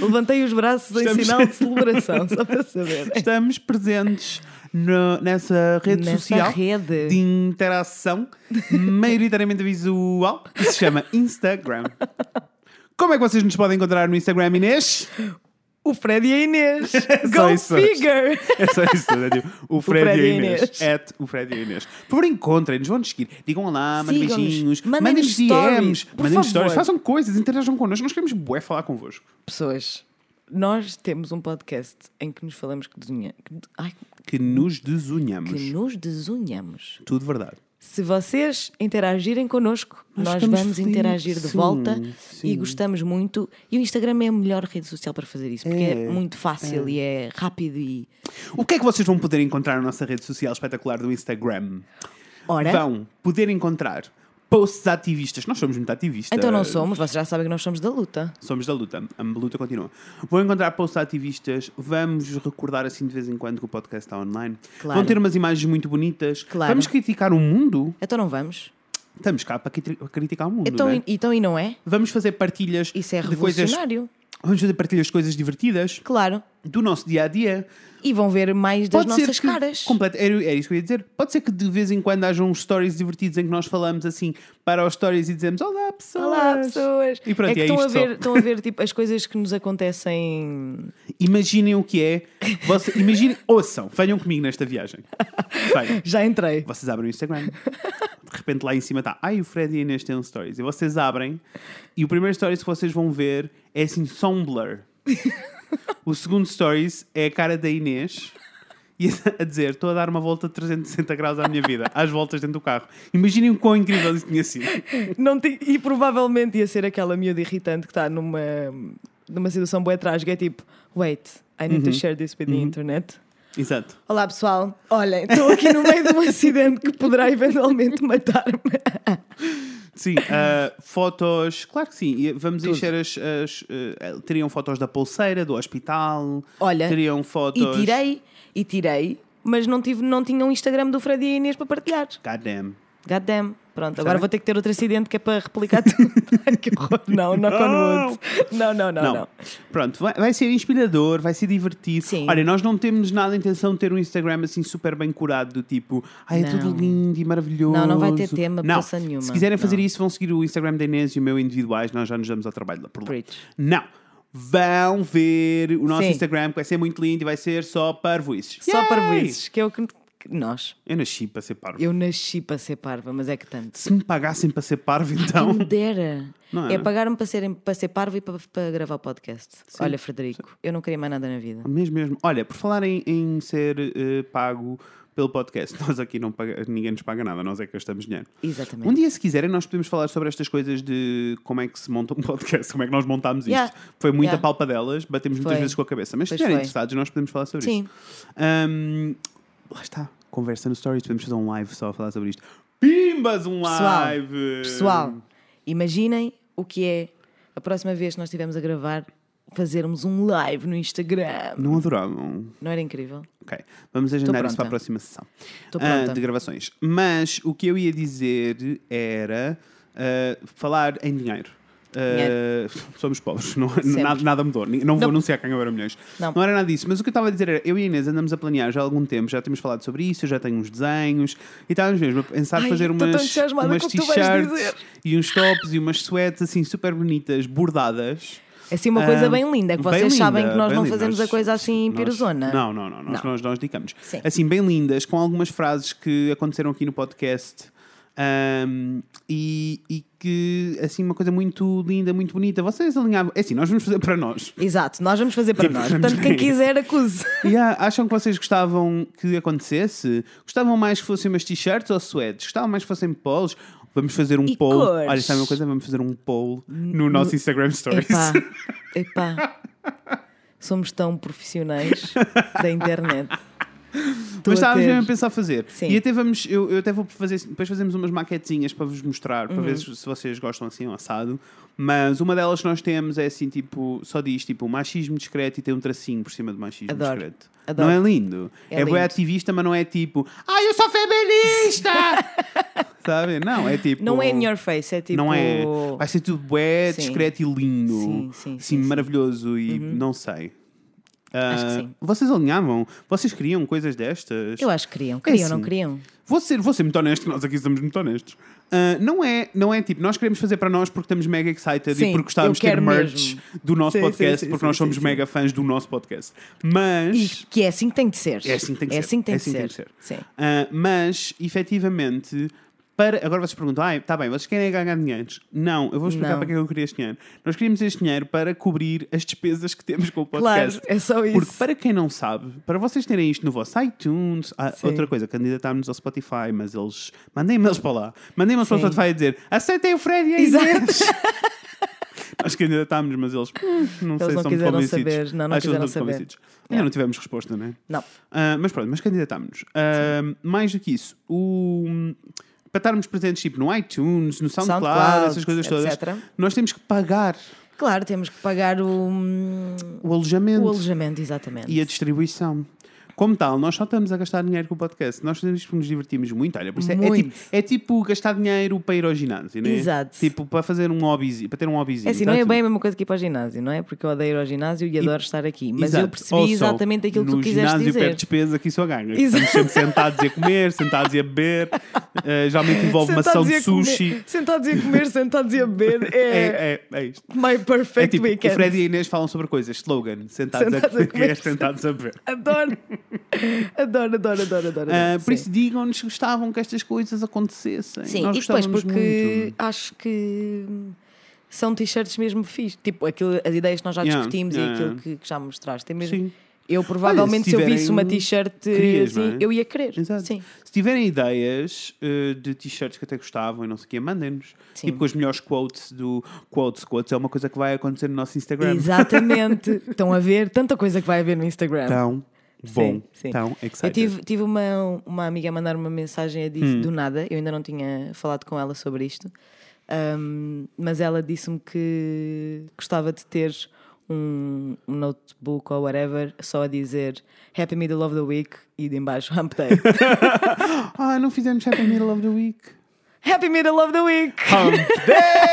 Levantei os braços em
Estamos-
sinal de celebração, só para saber.
Estamos presentes no- nessa rede
Nessa
social
rede.
de interação, maioritariamente visual, que se chama Instagram. Como é que vocês nos podem encontrar no Instagram, Inês?
O Fred e a Inês.
É Só
Go
isso.
figure!
É só isso, é tipo, o Fred,
Fred
e a
e a
Inês.
Inês.
At o Fred e a Inês. Por favor, encontrem-nos, vão-nos seguir. Digam olá, mandem
Sigam-nos.
beijinhos,
Mandem-nos
mandem-nos
stories,
DMs,
por
mandem-nos
favor.
stories, façam coisas, interajam connosco. Nós queremos bué falar convosco.
Pessoas, nós temos um podcast em que nos falamos que desunha. que de- ai,
Que nos desunhamos.
que nos desunhamos.
Tudo verdade.
Se vocês interagirem connosco,
Nós
nós
ficamos
vamos
felizes.
interagir de
Sim,
volta e
sim.
gostamos muito. E o Instagram é a melhor rede social para fazer isso, porque é,
É,
muito fácil e é rápido e.
O que é que vocês vão poder encontrar na nossa rede social espetacular do Instagram?
Ora,
vão poder encontrar posts ativistas. Nós somos muito ativistas.
então não somos, vocês já sabem que nós somos da luta.
Somos da luta. A luta continua. Vão encontrar posts ativistas. Vamos recordar assim de vez em quando que o podcast está online.
Claro.
Vão ter umas imagens muito bonitas.
Claro.
Vamos criticar o mundo.
Então não vamos.
Estamos cá para cri- criticar o mundo.
Então,
não é?
então e não é?
Vamos fazer partilhas
Isso é
de coisas.
revolucionário.
Vamos fazer partilhas de coisas divertidas
Claro.
do nosso dia a dia.
E vão ver mais das nossas
que,
caras.
Completo, era, era isso que eu ia dizer. Pode ser que de vez em quando hajam uns stories divertidos em que nós falamos assim para os stories e dizemos Olá pessoas!
Olá, pessoas!
E pronto,
é que
e é
estão, a
isto só.
ver, estão a ver tipo, as coisas que nos acontecem.
Imaginem o que é. Você, imaginem, ouçam, venham comigo nesta viagem. Venham.
Já entrei.
Vocês abrem o Instagram. De repente lá em cima está. Ai, o Fred e a Inês têm um stories. E vocês abrem. E o primeiro stories que vocês vão ver é assim, só um blur. O segundo stories é a cara da Inês. E a dizer, estou a dar uma volta de 360 graus à minha vida, às voltas dentro do carro. Imaginem o quão incrível isso tinha sido.
Não ti- e provavelmente ia ser aquela miúda irritante que está tá numa. numa situação boa atrás, que é tipo, wait, I need
Uhum.
to share this with the internet.
Exato.
Olá pessoal, olhem, estou aqui no meio de um acidente que poderá eventualmente matar-me.
Sim, ah, fotos, claro que sim. E Vamos encher as. as, ah, teriam fotos da pulseira, do hospital.
Olha,
Teriam fotos.
É. E tirei, e tirei, mas não, tive, não tinha um Instagram do Fred e a Inês para partilhar.
God damn.
God damn. Pronto, agora vou ter que ter outro acidente que é para replicar tudo. Ai, que horror. Não, not on wood. Não, não, não,
Não.
não.
Pronto, vai, vai ser inspirador, vai ser divertido.
Sim.
Olha, nós não temos nada a intenção de ter um Instagram assim super bem curado, do tipo, ai, é
Não.
tudo lindo e maravilhoso.
Não, não vai ter tema,
não.
poça nenhuma.
Se quiserem fazer
Não.
isso, vão seguir o Instagram da Inês e o meu individuais, nós já nos damos ao trabalho lá por lá.
Preach.
Não. Vão ver o nosso
Sim.
Instagram, que vai ser muito lindo e vai ser só parvoices.
Só
Yay!
parvoices, que é o que que nós.
Eu nasci para ser parvo.
Eu nasci para ser parva, mas é que tanto.
Se me pagassem para ser parvo, então.
Quem me dera.
Não é?
é pagar-me para ser, para ser parvo e para, para gravar podcast. Olha, Frederico, eu não queria mais nada na vida.
Mesmo, mesmo. Olha, por falar em, em ser eh, pago pelo podcast, nós aqui não paga, ninguém nos paga nada, nós é que gastamos dinheiro.
Exatamente.
Um dia, se quiserem, nós podemos falar sobre estas coisas de como é que se monta um podcast, como é que nós montámos isto.
Yeah.
Foi muita
Yeah.
palpadelas, batemos muitas
Foi.
vezes com a cabeça. Mas se
Pois
estiverem
foi.
interessados, nós podemos falar sobre
Sim.
isso. Ahm, lá está, conversa no Stories, podemos fazer um live só a falar sobre isto. Pimbas, um
Pessoal,
live!
Pessoal,
Eh,
imaginem o que é a próxima vez que nós estivermos a gravar, fazermos um live no Instagram.
Não adoravam.
Não era incrível?
Ok, vamos agendar isso
pronta.
para a próxima sessão
Tô
ah,
pronta.
de gravações. Mas o que eu ia dizer era ah, falar em dinheiro. Ah, somos pobres, não- é? nada, nada mudou. Ni- Não vou
Não.
anunciar quem eu era milhões. Não.
Não.
era nada disso. Mas o que eu estava a dizer era: eu e a Inês andamos a planear já há algum tempo, já temos falado sobre isso, eu já tenho uns desenhos e estávamos mesmo a pensar
Ai,
fazer
tô tão
umas,
entusiasmada
umas
com o que tu vais
t-shirts
dizer.
e uns tops e umas sweats assim super bonitas, bordadas.
É assim uma coisa
Ah,
bem linda, que
bem
vocês
linda,
sabem que nós
bem
não
linda.
fazemos
Nós-
a coisa assim em
nós-
piruzona.
Não, não, não. Nós,
Não.
nós, nós digamos.
Sim.
Assim, bem lindas, com algumas frases que aconteceram aqui no podcast. ahm, e, e que, assim, uma coisa muito linda, muito bonita. Vocês alinhavam. É assim, nós vamos fazer para nós.
Exato, nós vamos fazer para
Tipo,
nós.
vamos
Portanto, quem
ver.
quiser, acuse.
E ah, acham que vocês gostavam que acontecesse? Gostavam mais que fossem umas t-shirts ou sweats? Gostavam mais que fossem polos? Vamos fazer um
E
poll.
cores?
Olha, sabe uma coisa? Vamos fazer um poll no nosso Instagram Stories.
Epá, epá. Somos tão profissionais da internet. Tô a
Mas estávamos
ter-
mesmo a pensar fazer.
Sim.
E até vamos, eu, eu até vou fazer, depois fazemos umas maquetezinhas para vos mostrar, para
Uhum.
ver se se vocês gostam assim ou assado. Mas uma delas que nós temos é assim, tipo, só diz, tipo, machismo discreto e tem um tracinho por cima do machismo
Adoro.
discreto.
Adoro.
Não é lindo? É,
É
bué
lindo.
ativista, mas não é tipo, ai eu sou feminista! Sabe? Não, é tipo.
Não é in your face, é tipo.
Não é. Vai ser tudo bué,
Sim.
discreto e lindo.
Sim, sim,
Assim,
sim, sim.
maravilhoso e não sei.
Acho que
Ah,
sim.
Vocês alinhavam? Vocês queriam coisas destas?
Eu acho que queriam. Queriam,
assim.
não queriam?
Vou ser, vou ser muito honesto, nós aqui somos muito honestos. Ah, não, é, não é tipo, nós queremos fazer para nós porque estamos mega excited e
Sim,
porque gostávamos de
eu
ter
quero
merch
mesmo.
do nosso
Sim,
podcast,
sim, sim,
porque
sim,
nós somos
sim, sim.
mega fãs do nosso podcast. Mas.
E que é assim que tem de ser.
É assim que tem que ser.
tem
É
de
assim que tem
ser.
que
Sim.
Ah, mas, efetivamente, para... agora vocês perguntam: ah, está bem, vocês querem é ganhar dinheiro? Não, eu vou explicar
Não.
para que é que eu queria este dinheiro. Nós queríamos este dinheiro para cobrir as despesas que temos com o podcast.
Claro, é só isso.
Porque para quem não sabe, para vocês terem isto no vosso iTunes, ah,
Sim.
outra coisa, candidatámos ao Spotify, mas eles mandem mails para lá. Mandem mails para o
Sim.
Spotify a dizer aceitem o Fred e a
Exato.
Inês. Nós candidatámos, mas eles hum, não sei se
não
são muito
quiseram
convencidos.
saber. Não, não
Acho que eles
quiseram
muito
saber.
convencidos. Ainda não tivemos resposta, não é?
Não.
Ah, mas pronto, mas candidatámos-nos. Ah, mais do que isso, o- para estarmos presentes tipo, no iTunes, no SoundCloud,
SoundCloud,
essas coisas
etc.
todas, nós temos que pagar
Claro, temos que pagar o,
o alojamento
o alojamento, exatamente.
e a distribuição. Como tal, nós só estamos a gastar dinheiro com o podcast. Nós fazemos isto porque nos divertimos muito. Olha, por isso é- É,
Muito.
tipo, é tipo gastar dinheiro para ir ao ginásio, né?
Exato.
Tipo, para fazer um hobby, para ter um hobbyzinho.
É assim,
tá
não é
tudo.
bem a mesma coisa que ir para o ginásio, não é? Porque eu odeio ir ao ginásio e adoro estar aqui. Mas eu
Exato.
percebi
Ouçam,
exatamente aquilo que tu
no
quiseste
ginásio perde
dizer.
despesa aqui só ganha.
Exato.
Estamos sempre sentados e a comer, sentados e a beber. Eh, geralmente envolve uma ação
Sentados e
de
a comer-
sushi.
sentados e a comer, sentados e a beber. É,
É, é, é isto.
my perfect
É tipo,
weekend.
o Fred e a Inês falam sobre coisas. Slogan: sentados,
Sentados
a,
a comer,
sentados a beber.
Adoro. Adoro, adoro, adoro, adoro.
Ah,
adoro.
por
Sim.
isso digam-nos que gostavam que estas coisas acontecessem.
Sim,
Nós
e depois
gostávamos
porque
muito.
acho que são t-shirts mesmo fixe. Tipo, aquilo, as ideias que nós já
Yeah,
discutimos
yeah,
e aquilo
yeah.
que, que já mostraste. É mesmo,
Sim.
Eu provavelmente,
se
se, eu
tiverem-
visse uma t-shirt
Querias,
assim,
não é?
eu ia querer.
Exato.
Sim.
Se tiverem ideias eh, de t-shirts que até gostavam e não sei o quê, mandem-nos.
Sim.
Tipo com as melhores quotes do quotes, quotes é uma coisa que vai acontecer no nosso Instagram.
Exatamente. Estão a ver tanta coisa que vai haver no Instagram.
Tão bom,
Sim, sim.
tão excited.
Eu tive, tive uma, uma amiga a mandar uma mensagem a disso
Hum.
do nada, eu ainda não tinha falado com ela sobre isto, Ahm, mas ela disse-me que gostava de ter um, um notebook ou whatever só a dizer Happy Middle of the Week e de embaixo Hump Day.
Ah, não fizemos Happy Middle of the Week.
Happy Middle of the Week!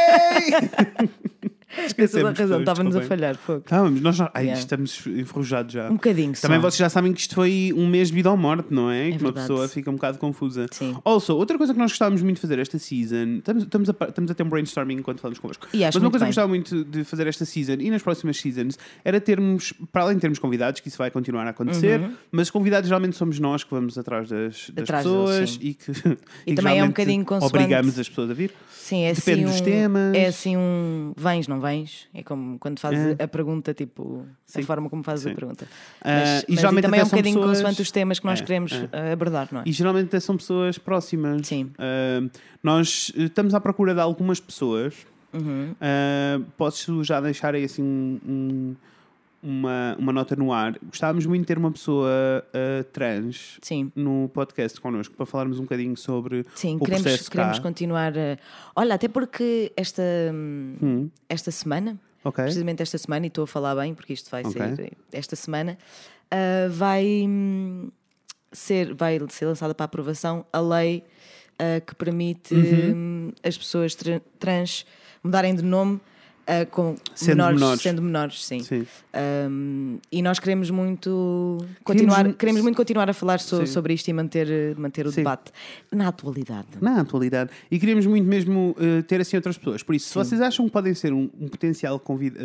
Tens toda a razão,
tá
estava-nos a falhar. fogo.
Estávamos, Tá, nós já- ai,
Yeah.
estamos enferrujados já.
Um bocadinho só.
Também vocês já sabem que isto foi um mês de vida ou morte, não é? que uma
verdade.
pessoa fica um bocado confusa.
Sim.
Also, outra coisa que nós gostávamos muito de fazer esta season, estamos, estamos, a, pa- estamos a ter um brainstorming enquanto falamos convosco.
E
Mas
acho
uma
muito
coisa
bem.
que gostava muito de fazer esta season e nas próximas seasons era termos, para além de termos convidados, que isso vai continuar a acontecer, mas os convidados geralmente somos nós que vamos atrás das, das
Uhum. Atrás deles,
pessoas
sim.
e que, e que
também é um
geralmente
bocadinho consoante-
obrigamos as pessoas a vir.
Sim, é
Depende
assim
dos
um-
temas. ah,
É assim um vens, não vens? É como quando fazes a pergunta, tipo,
Sim.
a forma como fazes
Sim.
a pergunta.
Ah,
Mas,
e
mas
geralmente
também é um
até são
bocadinho
pessoas-
consoante os temas que nós
É,
queremos eh, abordar, não é?
E geralmente até são pessoas próximas.
Sim.
Ah, nós eh, estamos à procura de algumas pessoas.
Uhum.
Ah, posso já deixar aí assim um- um- uma, uma nota no ar. Gostávamos muito de ter uma pessoa ah, trans
Sim.
no podcast connosco para falarmos um bocadinho sobre
Sim,
o processo
queremos,
cá.
queremos continuar. eh, Olha, até porque esta, hum, esta semana,
Ok.
precisamente esta semana, e estou a falar bem porque isto vai
Ok.
sair esta semana, ah, vai, hum, ser, vai ser lançada para aprovação a lei ah, que permite
Uhum.
hum, as pessoas tra- trans mudarem de nome. ah, com
Sendo
menores,
menores.
sendo menores, sim.
Sim.
Um, e nós queremos muito continuar,
Queremos-
queremos, muito continuar a falar so-
Sim.
sobre isto e manter, manter o
Sim. Hum.
debate na atualidade.
Na atualidade. E queríamos muito mesmo eh, ter assim outras pessoas. Por isso, se vocês acham que podem ser um, um potencial convidado.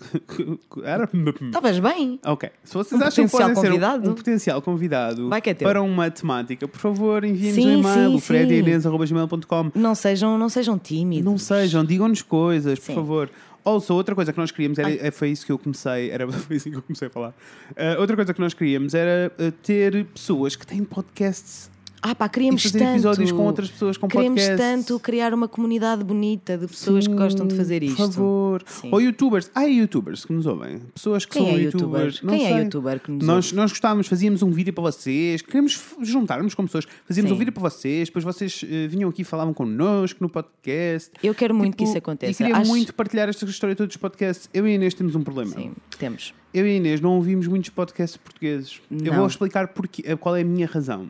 era
Estavas bem?
Ok. Se vocês
Um
acham que podem
potencial
ser um-
convidado?
um potencial convidado
Vai que é teu.
para uma temática, por favor, enviem-nos um
Sim,
e-mail,
sim,
o
sim.
fredinês.gmail.com.
Não sejam, não sejam tímidos.
Não sejam, digam-nos coisas, por
Sim. Ah.
favor. Also, outra coisa que nós queríamos era, é- foi isso que eu comecei, era foi assim que eu comecei a falar. Eh, outra coisa que nós queríamos era eh, ter pessoas que têm podcasts
Ah pá,
e
queríamos
fazer
tanto.
episódios com outras pessoas com um
Queremos
podcasts.
tanto criar uma comunidade bonita de pessoas que gostam de fazer isto.
Por favor.
Sim.
Ou youtubers. Há youtubers que nos ouvem. Pessoas que
Quem
são
é youtuber?
youtubers. Não
Quem é
sei.
youtuber que nos
nós, nós gostávamos, fazíamos um vídeo para vocês. Queremos f- juntarmos com pessoas. Fazíamos
Sim.
um vídeo para vocês. Depois vocês eh, vinham aqui e falavam connosco no podcast.
Eu quero muito que
Tipo,
isso aconteça.
E queria
Acho-
muito partilhar esta história todos os podcasts. Eu e a Inês temos um problema.
Sim, temos.
Eu e a Inês não ouvimos muitos podcasts portugueses. Eu
Não.
vou explicar porquê, qual é a minha razão.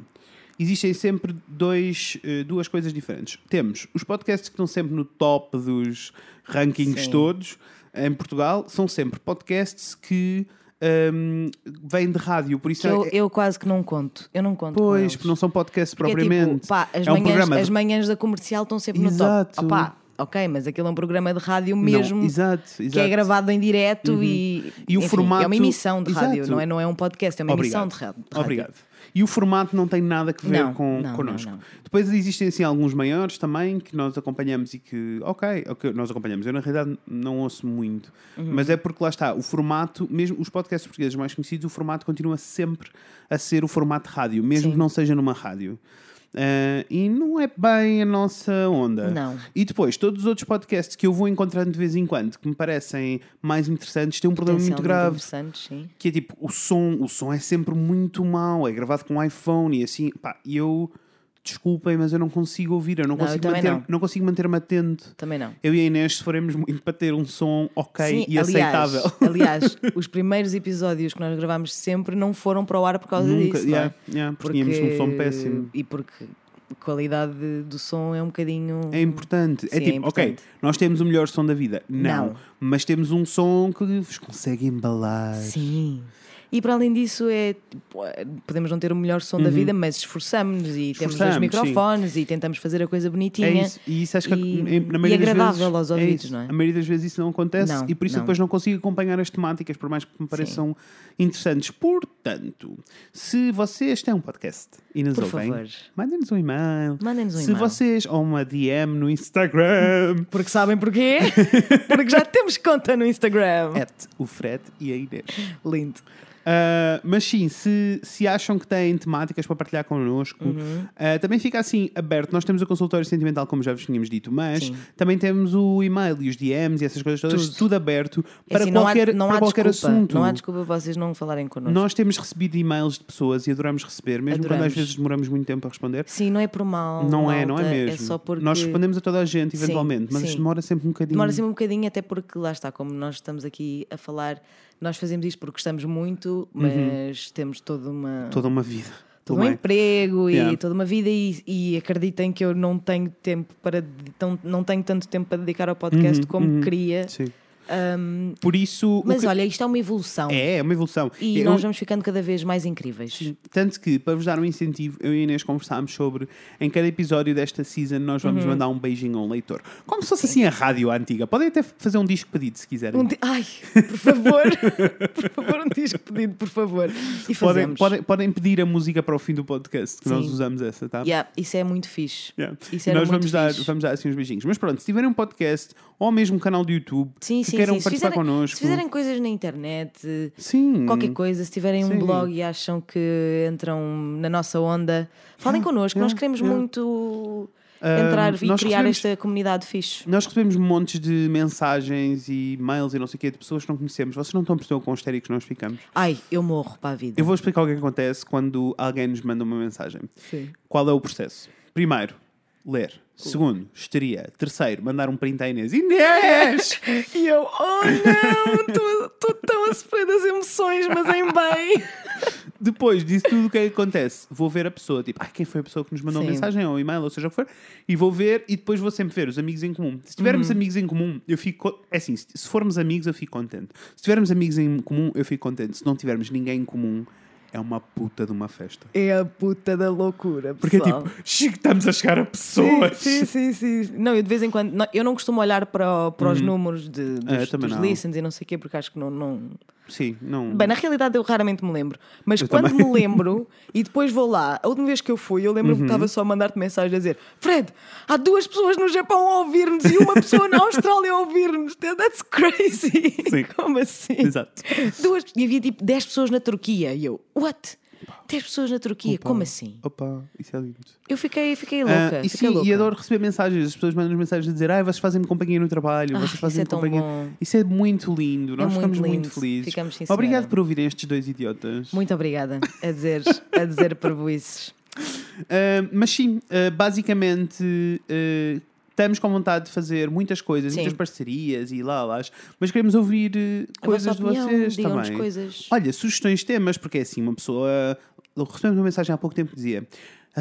Existem sempre dois, eh, duas coisas diferentes. Temos os podcasts que estão sempre no top dos rankings
Sim.
todos em Portugal, são sempre podcasts que ahm, vêm de rádio, por isso
Que eu,
é,
eu quase que não conto. Eu não conto. com
pois,
eles.
porque não são podcasts
Porque é tipo,
propriamente.
pá, as,
é um
manhãs,
programa
as
de-
manhãs da comercial estão sempre
Exato.
no top. Opá, ok, mas aquilo é um programa de rádio
Não,
mesmo
exato, exato. Uhum.
que é gravado em direto e,
E o
É
formato-
uma emissão de
Exato.
rádio, não é, não é um podcast, é uma emissão
Obrigado.
de rádio.
Obrigado. E o formato não tem nada que ver
Não,
com
não, não,
connosco.
não.
Depois existem assim alguns maiores também que nós acompanhamos e que, ok, ok, nós acompanhamos. Eu na realidade não ouço muito,
Uhum.
mas é porque lá está, o formato, mesmo os podcasts portugueses mais conhecidos, o formato continua sempre a ser o formato de rádio, mesmo
Sim.
que não seja numa rádio. Ah, e não é bem a nossa onda.
Não.
E depois, todos os outros podcasts que eu vou encontrando de vez em quando, que me parecem mais interessantes, têm um problema muito
Potencialmente
grave
interessantes, sim.
que é tipo, o som, o som é sempre muito mau, é gravado com iPhone e assim, pá, e eu desculpem, mas eu não consigo ouvir, eu não,
Não, eu
consigo
também
manter, não.
não.
consigo manter-me atento.
Também não.
Eu e a Inês faremos muito para ter um som ok
Sim,
e aceitável.
Aliás, os primeiros episódios que nós gravámos sempre não foram para o ar por causa
Nunca,
disso.
yeah,
não é?
yeah, porque tínhamos um som péssimo.
E porque a qualidade do som é um bocadinho.
É importante. é
Sim, é
tipo, ok,
importante.
nós temos o melhor som da vida. Não.
Não.
Mas temos um som que vos consegue embalar.
Sim. E para além disso, é, tipo, eh, podemos não ter o melhor som da vida, mas esforçamos-nos e temos
Uhum. Esforçamos,
os
sim.
microfones e tentamos fazer a coisa bonitinha.
É isso. E isso acho que
E-
em- na
e
maioria das
agradável
vezes,
aos
é
ouvidos,
isso.
não é?
A maioria das vezes isso não acontece
Não,
e por isso eu
não.
depois não consigo acompanhar as temáticas, por mais que me pareçam interessantes. Portanto, se vocês têm um podcast e nos
Por
ouvem,
favor.
mandem-nos um e-mail.
Mandem-nos um
se
e-mail.
vocês, ou uma DM no Instagram,
Porque sabem porquê?
É.
Porque já temos conta no Instagram.
at o Fred e a Inês.
Lindo.
Ah, mas sim, se, se acham que têm temáticas para partilhar connosco,
Uhum.
ah, também fica assim aberto. Nós temos o consultório sentimental, como já vos tínhamos dito, mas
Sim.
também temos o e-mail e os DMs e essas coisas todas, tudo, aberto
É
para
assim,
qualquer,
não há, não
para
há
qualquer
desculpa,
assunto.
Não há desculpa para vocês não falarem connosco.
Nós temos recebido e-mails de pessoas e adoramos receber, mesmo quando às
Adoramos.
vezes demoramos muito tempo a responder.
Sim, não é por mal.
Não é, não é
malta,
mesmo.
É só porque.
Nós respondemos a toda a gente, eventualmente, mas
sim.
isto demora sempre um bocadinho.
Demora sempre um bocadinho, até porque lá está, como nós estamos aqui a falar, nós fazemos isto porque gostamos muito,
Uhum.
mas temos toda uma.
Toda uma vida.
todo um
também.
emprego
Yeah.
e toda uma vida e, e acreditem que eu não tenho tempo para de- tão- não tenho tanto tempo para dedicar ao podcast como queria.
Uhum, é? Sim. Por isso. o
Mas
que-
olha, isto é uma evolução
É, é uma evolução.
e
Eu-
nós vamos ficando cada vez mais incríveis.
Tanto que, para vos dar um incentivo, eu e a Inês conversámos sobre em cada episódio desta season nós
Uhum.
vamos mandar um beijinho a um leitor. Como se fosse assim a rádio antiga. Podem até fazer um disco pedido se quiserem.
Um di- Ai, por favor, por favor, um disco pedido, por favor.
podem,
E fazemos.
podem, podem pedir a música para o fim do podcast, que nós
Sim.
usamos essa, tá?
Yeah, isso é muito fixe.
Yeah.
Isso
E
era
nós
muito
vamos dar,
fixe.
vamos dar assim uns beijinhos. Mas pronto, se tiverem um podcast ou mesmo um canal do YouTube
Sim,
que
sim,
queiram
sim. Se
participar
fizerem,
connosco,
se fizerem coisas na internet,
sim,
qualquer coisa, se tiverem
Uhum. Sim.
um blog e acham que entram na nossa onda, falem connosco, nós
yeah,
queremos
yeah. Ah,
muito entrar e
nós
criar
recebemos-
esta comunidade fixe.
Nós recebemos montes de mensagens e mails e não sei o quê de pessoas que não conhecemos. Vocês não estão a perceber o quão histéricos nós ficamos.
Ai, eu morro para a vida.
Eu vou explicar o que acontece quando alguém nos manda uma mensagem.
Sim.
Qual é o processo? Primeiro, ler. Segundo, histeria. Terceiro, mandar um print à Inês. Inês!
E eu, oh não, estou tão a sofrer das emoções, mas em bem.
Depois disso tudo, o que é que acontece? Vou ver a pessoa, tipo, ah, quem foi a pessoa que nos mandou a
Sim.
mensagem ou e-mail, ou seja o que for, e vou ver e depois vou sempre ver os amigos em comum. Se tivermos
Uhum.
amigos em comum, eu fico. co- É assim, se se formos amigos, eu fico contente. Se tivermos amigos em comum, eu fico contente. Se não tivermos ninguém em comum, é uma puta de uma festa.
É a puta da loucura,
Porque é
pessoal.
tipo, "Chico, estamos a chegar a pessoas.
Sim, sim, sim. Não, eu de vez em quando. não, eu não costumo olhar para, o- para os números de,
Ah, eu
dos,
também
dos
não.
listens e não sei o quê, porque acho que não. não...
Sim, não.
Bem, na realidade eu raramente me lembro. Mas
Eu
quando
também. Uhum.
me lembro e depois vou lá, a última vez que eu fui, eu lembro-me que estava só a mandar-te mensagem a dizer: Fred, há duas pessoas no Japão a ouvir-nos e uma pessoa na Austrália a ouvir-nos. That's crazy.
Sim.
Como assim?
Exato.
Duas, e havia tipo 10 pessoas na Turquia. E eu, what? 10 pessoas na Turquia? Como assim?
Opa, isso é lindo.
Eu fiquei, fiquei
Ah,
louca.
e,
fiquei
sim,
louca.
e adoro receber mensagens. As pessoas mandam mensagens a dizer: Ai, vocês fazem-me companhia no trabalho,
Ah,
vocês fazem-me
isso é tão
companhia.
bom.
Isso é muito lindo. Nós
muito
ficamos muito
lindo.
felizes.
Ficamos, sim,
Obrigado
senhora.
por ouvirem estes dois idiotas.
Muito obrigada a dizer, a dizer parvoices.
Ah, mas sim, ah, basicamente. ah, Estamos com vontade de fazer muitas coisas,
Sim.
muitas parcerias e lá, lá, mas queremos ouvir ah,
A
coisas
vossa opinião,
de vocês
digam-nos
também.
coisas.
Olha, sugestões de temas, porque é assim, uma pessoa. Recebemos uma mensagem há pouco tempo que dizia: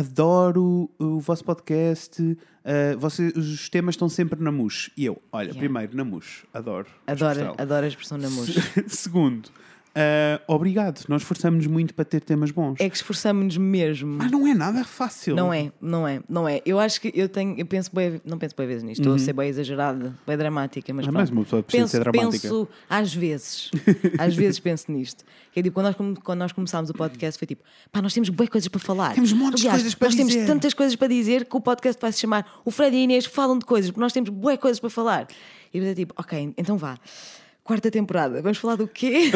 Adoro o vosso podcast, ah, vocês- os temas estão sempre na MUS. E eu, olha,
Yeah.
primeiro, na MUS, adoro. a
Adoro,
expressão.
adoro a expressão na música.
Segundo, ah, obrigado, nós esforçamos nos muito para ter temas bons.
É que esforçamos-nos mesmo.
Mas não é nada fácil.
Não é, não é, não é. Eu acho que eu tenho, eu penso bem, não penso bem vezes nisto, estou a ser bem exagerada, bem dramática, mas
Uhum. Ah,
pronto.
mas uma pessoa precisa
penso,
ser dramática.
penso às vezes, às vezes penso nisto. Que é tipo, quando nós, come- quando nós começámos o podcast foi tipo, pá, nós temos bem coisas para falar.
Temos montes de
Aliás,
coisas para
nós
dizer.
temos tantas coisas para dizer que o podcast vai se chamar O Fred e a Inês falam de coisas, porque nós temos bué coisas para falar. E depois é tipo, ok, então vá. Quarta temporada, vamos falar do quê?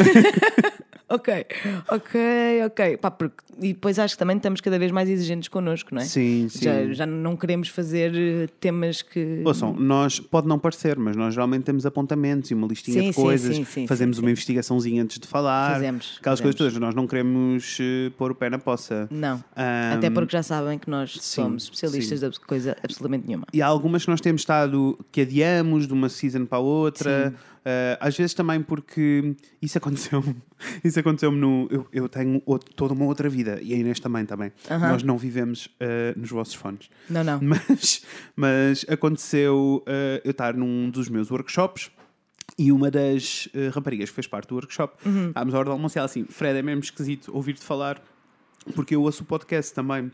ok, ok, ok. Pá, porque- E depois acho que também estamos cada vez mais exigentes connosco, não é?
Sim, sim.
Já, já não queremos fazer eh, temas que.
Ouçam, nós, pode não parecer, mas nós geralmente temos apontamentos e uma listinha
Sim,
de
sim,
coisas,
sim, sim,
fazemos
sim,
uma investigaçãozinha antes de falar,
Fazemos,
aquelas
fazemos.
coisas todas. Nós não queremos eh, pôr o pé na poça.
Não.
Ahm,
Até porque já sabem que nós somos especialistas de coisa absolutamente nenhuma.
E há algumas que nós temos estado que adiamos de uma season para a outra. eh, às vezes também porque isso aconteceu isso aconteceu no eu, eu tenho outro- toda uma outra vida e a Inês também também
Aham.
nós não vivemos eh, nos vossos fones
Não, não.
Mas, mas aconteceu eh, eu estar num dos meus workshops e uma das eh, raparigas que fez parte do workshop, estávamos à hora do almoço e ela assim: Fred, é mesmo esquisito ouvir-te falar porque eu ouço o podcast também.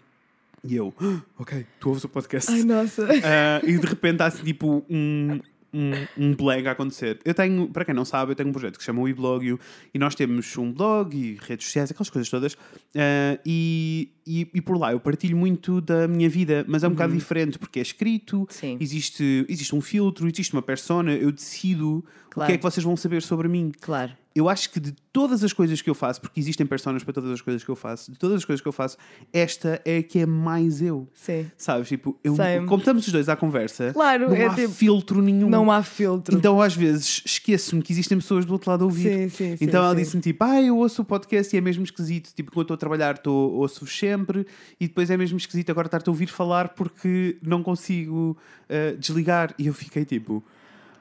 E eu, "Ah, ok, tu ouves o podcast.
nossa.
Ah, e de repente há assim tipo um, um, um blog a acontecer. Eu tenho, para quem não sabe, eu tenho um projeto que se chama o iBlogio e nós temos um blog e redes sociais, aquelas coisas todas. ah, e, e, e por lá eu partilho muito da minha vida, mas é um bocado diferente porque é escrito,
Uhum. Sim.
existe, existe um filtro, existe uma persona, eu decido o
Claro.
que é que vocês vão saber sobre mim?
Claro.
Eu acho que de todas as coisas que eu faço, porque existem personas para todas as coisas que eu faço, de todas as coisas que eu faço, esta é a que é mais eu.
Sim.
Sabes? Tipo, eu,
Same.
como estamos os dois à conversa,
Claro,
não
é
há
tipo-
filtro nenhum.
Não há filtro.
Então, às vezes, esqueço-me que existem pessoas do outro lado a ouvir.
Sim, sim, sim,
então ela
sim.
disse-me tipo, ah, eu ouço o podcast e é mesmo esquisito. Tipo, quando estou a trabalhar, tô, ouço-vos sempre e depois é mesmo esquisito agora estar-te a ouvir falar porque não consigo ah, desligar. E eu fiquei tipo,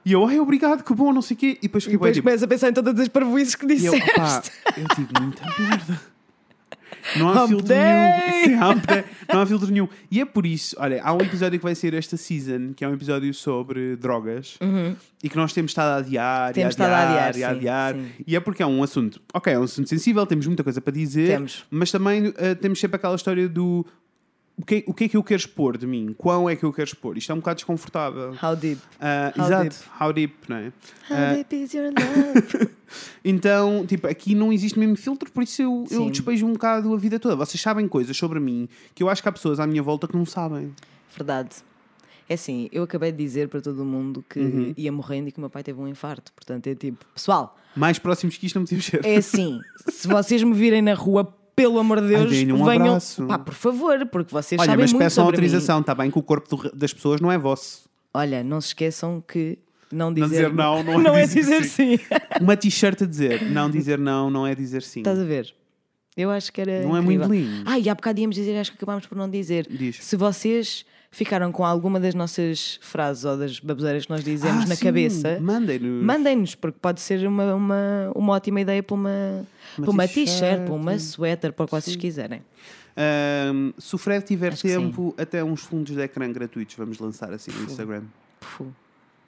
e eu, ai, obrigado, que bom, não sei o quê. E depois
e
fiquei bué,
depois
tipo,
começa a pensar em todas as parvoízes que
e eu,
disseste.
opá, eu digo muita merda. Não há
Hump
filtro
day!
nenhum. Sim, hump day. Não há filtro nenhum. E é por isso, olha, há um episódio que vai sair esta season, que é um episódio sobre drogas, e que nós temos estado a adiar,
Uhum. Temos
e a
estado a
adiar,
adiar,
e a
sim,
adiar.
sim.
E é porque é um assunto, ok, é um assunto sensível, temos muita coisa para dizer,
Temos.
mas também eh, temos sempre aquela história do o que, é- o que é que eu quero expor de mim? Quão é que eu quero expor? Isto é um bocado desconfortável.
How deep?
Ah,
How
exato,
deep.
how deep, não é?
How
Ah,
deep is your love?
então, tipo, aqui não existe mesmo filtro, por isso eu, eu
Sim.
despejo um bocado a vida toda. Vocês sabem coisas sobre mim que eu acho que há pessoas à minha volta que não sabem.
Verdade. É assim, eu acabei de dizer para todo mundo que
Uhum.
ia morrendo e que o meu pai teve um infarto. Portanto, é tipo, pessoal,
Mais próximos que isto não podíamos ser.
é assim, se vocês me virem na rua, pelo amor de Deus,
deem-lhe um
venham.
abraço.
Pá, por favor, porque vocês
Olha,
sabem
mas
muito
peçam
sobre mim.
autorização, está bem que o corpo do re- das pessoas não é vosso.
Olha, não se esqueçam que não dizer,
Não dizer não, não é
é
dizer
dizer sim.
Uma t-shirt a dizer não dizer não, não é dizer sim.
Estás a ver? Eu acho que era.
Não é
incrível.
muito lindo.
Ah, e há bocado íamos dizer, acho que acabámos por não dizer.
Diz.
Se vocês ficaram com alguma das nossas frases ou das baboseiras que nós dizemos
Ah,
na
sim,
cabeça,
Mandem-nos.
mandem-nos, porque pode ser uma, uma, uma ótima ideia para uma,
Uma
para uma
t-shirt.
t-shirt, para uma suéter, para o que vocês quiserem.
Ahm, se o Fred tiver
Acho que
tempo, até uns fundos de ecrã gratuitos vamos lançar assim no Instagram.
Pufu.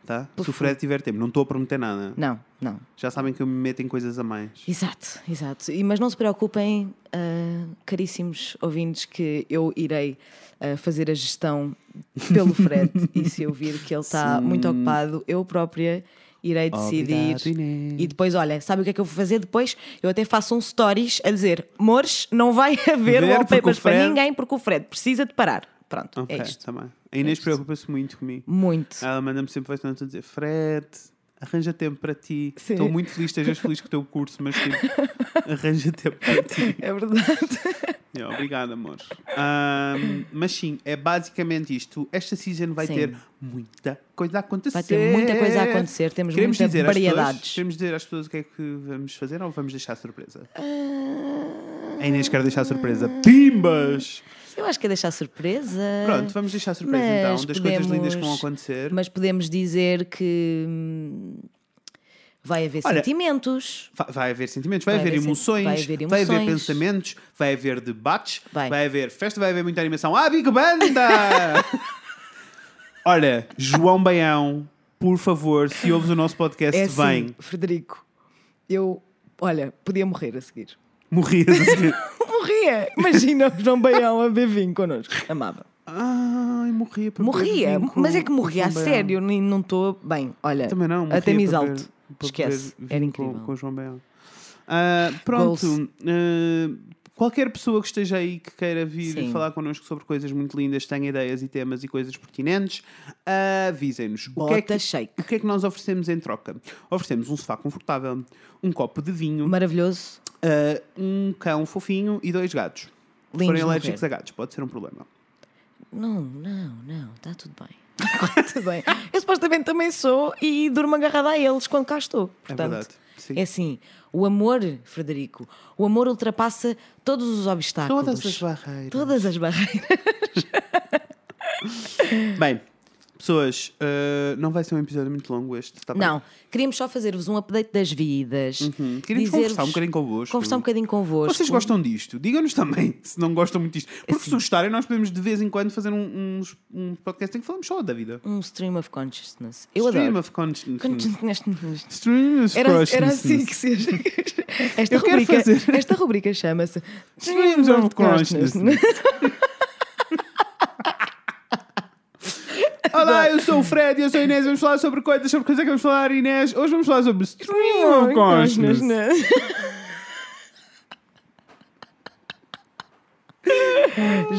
Tá? Se o Fred tiver tempo, não estou a prometer nada.
Não, não.
Já sabem que eu me meto em coisas a mais.
Exato, exato. E, mas não se preocupem, ah, caríssimos ouvintes, que eu irei ah, fazer a gestão pelo Fred. e se eu vir que ele está muito ocupado, eu própria irei decidir.
Obrigado, Inês.
e depois, olha, sabe o que é que eu vou fazer depois? Eu até faço um stories a dizer: Mores, não vai haver
Ver, porque o
wallpapers para
Fred-
ninguém porque o Fred precisa de parar. Pronto,
Ok,
é isto.
tá bem. A Inês
isto.
preocupa-se muito comigo.
Muito.
Ela manda-me sempre voice a dizer: Fred, arranja tempo para ti.
Sim.
Estou muito feliz, estejas feliz com o teu curso, mas tipo, arranja tempo para ti.
É verdade.
Eu, obrigado, amor. Ahm, mas sim, é basicamente isto. Esta season vai
Sim.
ter muita coisa a acontecer.
Vai ter muita coisa a acontecer, temos
Queremos
muita
dizer às pessoas-
variedades.
queremos dizer às pessoas o que é que vamos fazer ou vamos deixar surpresa?
Ah.
A Inês quer deixar surpresa. Timbas!
Eu acho que é deixar surpresa.
Pronto, vamos deixar surpresa
Mas
então das coisas lindas que vão
podemos-
acontecer.
Mas podemos dizer que hum, vai haver
Olha,
sentimentos.
Va- Vai haver sentimentos, vai,
Vai
haver
haver sen-
emoções,
vai haver
vai haver
emoções.
pensamentos, vai haver debates, vai.
Vai.
haver festa, vai haver muita animação. Ah, Big Banda! Olha, João Baião, por favor, se ouves o nosso podcast,
É
vem.
assim, Frederico, eu, olha, podia morrer a seguir.
Morrias a seguir.
Morria! Imagina o João Baião a beber vinho connosco. Amava.
Ai, morria por
Morria,
beber vinho com-
mas é que
com
morria a
João Baião.
sério, nem- não estou bem. Olha,
Também não, morria
até me
por
exalto.
beber- por
Esquece,
beber
era
vinho com-
incrível.
Com, o João Baião. Ah, pronto.
Goals.
ah, qualquer pessoa que esteja aí que queira vir
Sim.
falar connosco sobre coisas muito lindas, tenha ideias e temas e coisas pertinentes, ah, avisem-nos. O que, é que,
Bota shake.
o que é que nós oferecemos em troca? Oferecemos um sofá confortável, um copo de vinho,
Maravilhoso,
ah, um cão fofinho e dois gatos.
lindo.
Forem alérgicos a gatos, pode ser um problema.
Ah, Não, não, não, está tudo bem. Está tudo bem. Eu supostamente também sou e durmo agarrada a eles quando cá estou. Portanto,
verdade, sim.
É assim, o amor, Frederico, o amor ultrapassa todos os obstáculos.
Todas as barreiras. Ah,
Todas as barreiras.
Bem, pessoas, ah, não vai ser um episódio muito longo este, está bem?
Não, queríamos só fazer-vos um update das vidas.
Queríamos
dizer-vos-
conversar um bocadinho convosco.
Conversar um bocadinho convosco.
Vocês gostam disto? Digam-nos também se não gostam muito disto. Porque se gostarem, nós podemos de vez em quando fazer um, uns, um podcast em que falamos só da vida.
Um stream of consciousness. Eu
Stream
adoro.
of consciousness.
Consciousness.
Stream of
Era, era assim
consciousness.
que se esta
Eu quero
rubrica,
fazer.
esta rubrica chama-se
Streams of consciousness. Olá, eu sou o Fred e eu sou a Inês. Vamos falar sobre coisas, sobre coisas é que vamos falar, Inês. Hoje vamos falar sobre Stream of consciousness.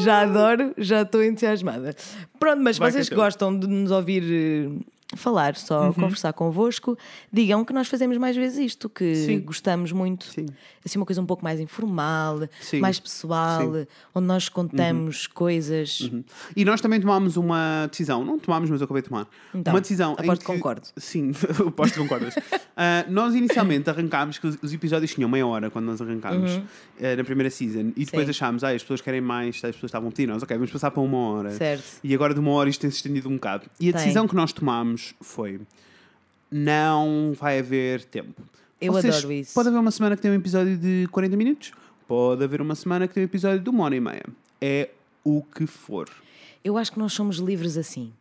Já adoro, já estou entusiasmada. Pronto, mas
Vai,
vocês que
Cacau.
gostam de nos ouvir eh, falar, só
Uhum.
conversar convosco, digam que nós fazemos mais vezes isto, que
Sim.
gostamos muito.
Sim.
Assim, uma coisa um pouco mais informal,
Sim.
mais pessoal,
Sim. Uhum.
onde nós contamos coisas.
E nós também tomámos uma decisão, não tomámos, mas eu acabei de tomar.
Então,
uma decisão. em
aposto que concordo.
Sim, aposto que concordas. Ah, nós inicialmente arrancámos, que os, os episódios tinham meia hora quando nós arrancámos eh, na primeira season, e depois
Uhum. Sim.
achámos, ah, as pessoas querem mais, as pessoas estavam a pedir, nós, ok, vamos passar para uma hora.
Certo.
E agora de uma hora isto tem-se estendido um bocado. E a
Tem.
decisão que nós tomámos foi: não vai haver tempo.
Eu adoro isso.
Pode haver uma semana que tem um episódio de 40 minutos, pode haver uma semana que tem um episódio de uma hora e meia. É o que for.
Eu acho que nós somos livres assim.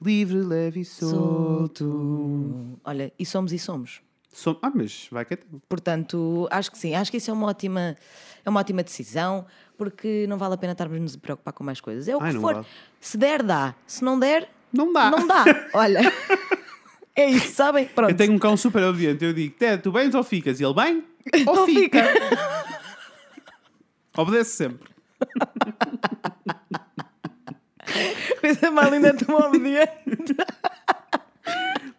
Livre, leve e solto.
Olha, e somos e somos.
Som- Ah, mas vai que é teu.
Portanto, acho que sim, acho que isso é uma ótima, é uma ótima decisão, porque não vale a pena estarmos nos a preocupar com mais coisas. É o que
Ai, não
for.
vale.
Se der, dá. Se não der,
Não dá.
não dá. Olha. é isso, sabem? Pronto.
Eu tenho um cão super obediente. Eu digo, Ted, tu vens ou ficas? E ele, bem ou
Ou
fica.
fica.
Obedece sempre.
Coisa mais linda do obediente.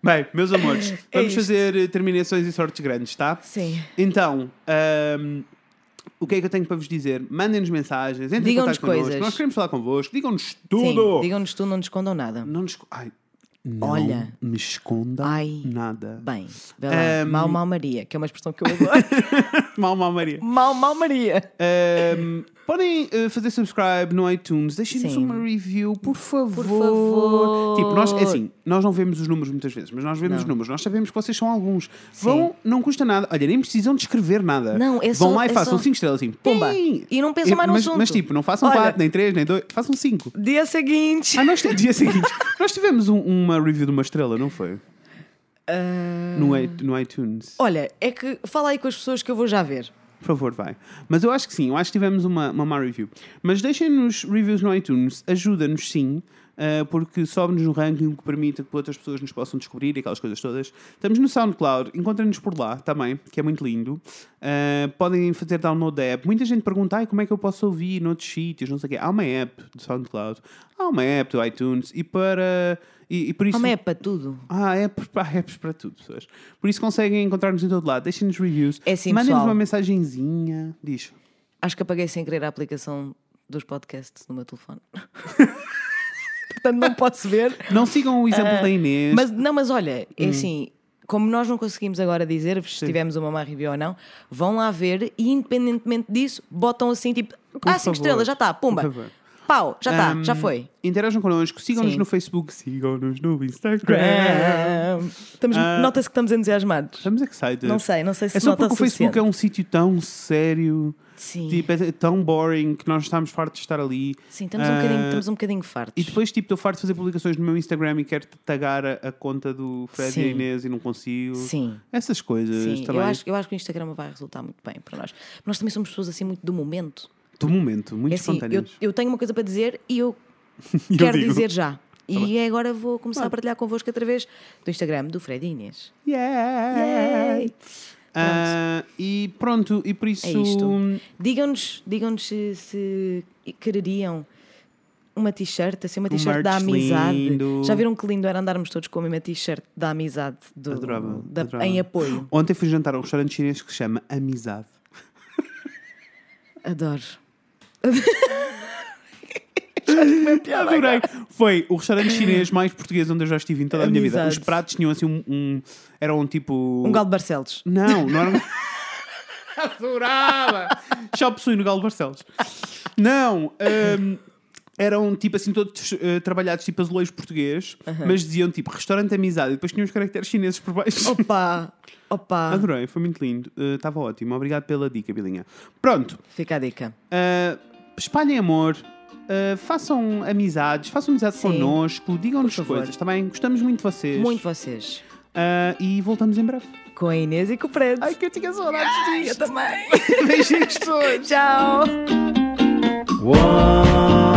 Bem, meus amores, vamos
É isto.
fazer eh, terminações e sortes grandes, tá?
Sim.
Então, ahm, o que é que eu tenho para vos dizer? Mandem-nos mensagens, entrem em
Digam-nos
contato connosco.
coisas.
Nós queremos falar convosco. Digam-nos
Sim,
tudo.
Digam-nos tu, não nos escondam nada.
Não nos... esco- Ai, não
Olha.
me esconda
Ai.
nada.
Bem, vê lá.
Ahm.
Mal, mal Maria, que é uma expressão que eu adoro.
Mal, mal, Maria.
mal, mal Maria.
Um, podem uh, fazer subscribe no iTunes, deixem-nos
Sim.
uma review, por favor.
favor.
Tipo, nós, é assim, nós não vemos os números muitas vezes, mas nós vemos
Não.
os números, nós sabemos que vocês são alguns. Vão, não custa nada, olha, nem precisam de escrever nada.
Não,
Vão
é só-
lá e
é
façam
só-
5 estrelas assim, pumba!
Sim, e não pensam mais no
mas,
assunto.
Mas tipo, não façam
Olha.
4, nem 3, nem 2, façam 5.
Dia seguinte.
Ah, nós, dia seguinte, nós tivemos um- uma review de uma estrela, não foi?
Ah,
No, i- no iTunes.
Olha, é que fala aí com as pessoas que eu vou já ver.
Por favor, vai. Mas eu acho que sim, eu acho que tivemos uma, uma má review. Mas deixem-nos reviews no iTunes, ajuda-nos sim, ah, porque sobe-nos no ranking, o que permite que outras pessoas nos possam descobrir e aquelas coisas todas. Estamos no SoundCloud, encontrem-nos por lá também, que é muito lindo. Ah, podem fazer download da app. Muita gente pergunta, ai, como é que eu posso ouvir noutros sítios, não sei o quê. Há uma app do SoundCloud, há uma app do iTunes e para... E, e por isso...
Como é para tudo?
Há apps, para- há apps é para tudo, pessoas. Por isso conseguem encontrar-nos em todo lado. Deixem-nos reviews.
É assim,
Mandem-nos
pessoal.
uma mensagenzinha. Diz.
Acho que apaguei sem querer a aplicação dos podcasts no meu telefone. Portanto, não posso ver.
Não sigam o exemplo da Inês.
Ah, Mas, não, mas olha, é
Hum.
assim, como nós não conseguimos agora dizer-vos se tivemos uma má review ou não, vão lá ver e, independentemente disso, botam assim tipo: Ah, 5
favor.
estrelas, já está,
Por
pumba.
favor. Um,
Pau, já está,
Ahm,
já foi.
Interajam connosco. Sigam-nos
Sim.
no Facebook. Sigam-nos no Instagram.
Estamos- Nota-se que estamos entusiasmados.
Ah, Estamos excited.
Não sei, não sei se
É só
nota
porque o Facebook é um sítio tão sério.
Sim.
Tipo, é tão boring que nós estamos fartos de estar ali.
Sim, estamos, um bocadinho, estamos um bocadinho fartos.
ah, E depois, tipo, estou farto de fazer publicações no meu Instagram e quero tagar a, a conta do Fred e a
Sim.
Inês e não consigo.
Sim.
Essas coisas
Sim, eu
também.
acho, eu acho que o Instagram vai resultar muito bem para nós. Nós também somos pessoas assim muito do momento.
Do momento, muito
É assim, eu,
espontâneos.
eu tenho uma coisa para dizer e eu
E eu
quero
digo. Tá
dizer já. E agora vou começar a partilhar convosco através do Instagram do Fred Inês.
Yeah.
Yay!
Ah, e pronto, e por isso.
É isto. Digam-nos digam se, se quereriam uma t-shirt, assim, uma t-shirt da
Um merch
amizade.
lindo.
Já viram que lindo era andarmos todos com a mesma t-shirt da amizade do,
Adorava,
da-
adorava.
em apoio?
Ontem fui jantar a um restaurante chinês que se chama Amizade.
Adoro.
Adorei! Foi o restaurante chinês mais português onde eu já estive em toda a minha vida. Os
Amizade.
pratos tinham assim um. um- eram tipo.
Um galo de Barcelos.
Não, não era. Adorava! Já possui no Galo Barcelos. Não, hum, eram tipo assim, todos eh, trabalhados tipo azulejos português, mas diziam tipo restaurante amizade e depois tinham os caracteres chineses por baixo.
Opa! Opa!
Adorei, foi muito lindo. Eh, Estava ótimo. Obrigado pela dica, Bilinha. Pronto,
Fica a dica.
eh, espalhem amor. eh, façam amizades, façam amizade
Sim.
connosco, digam-nos
Por favor.
coisas, está bem? Gostamos muito de vocês.
Muito vocês.
Eh, e voltamos em breve.
Com a Inês e com o Fred.
Ai, que eu tinha
né?
saudades disto.
também.
Beijinhos, pessoas.
Tchau.
One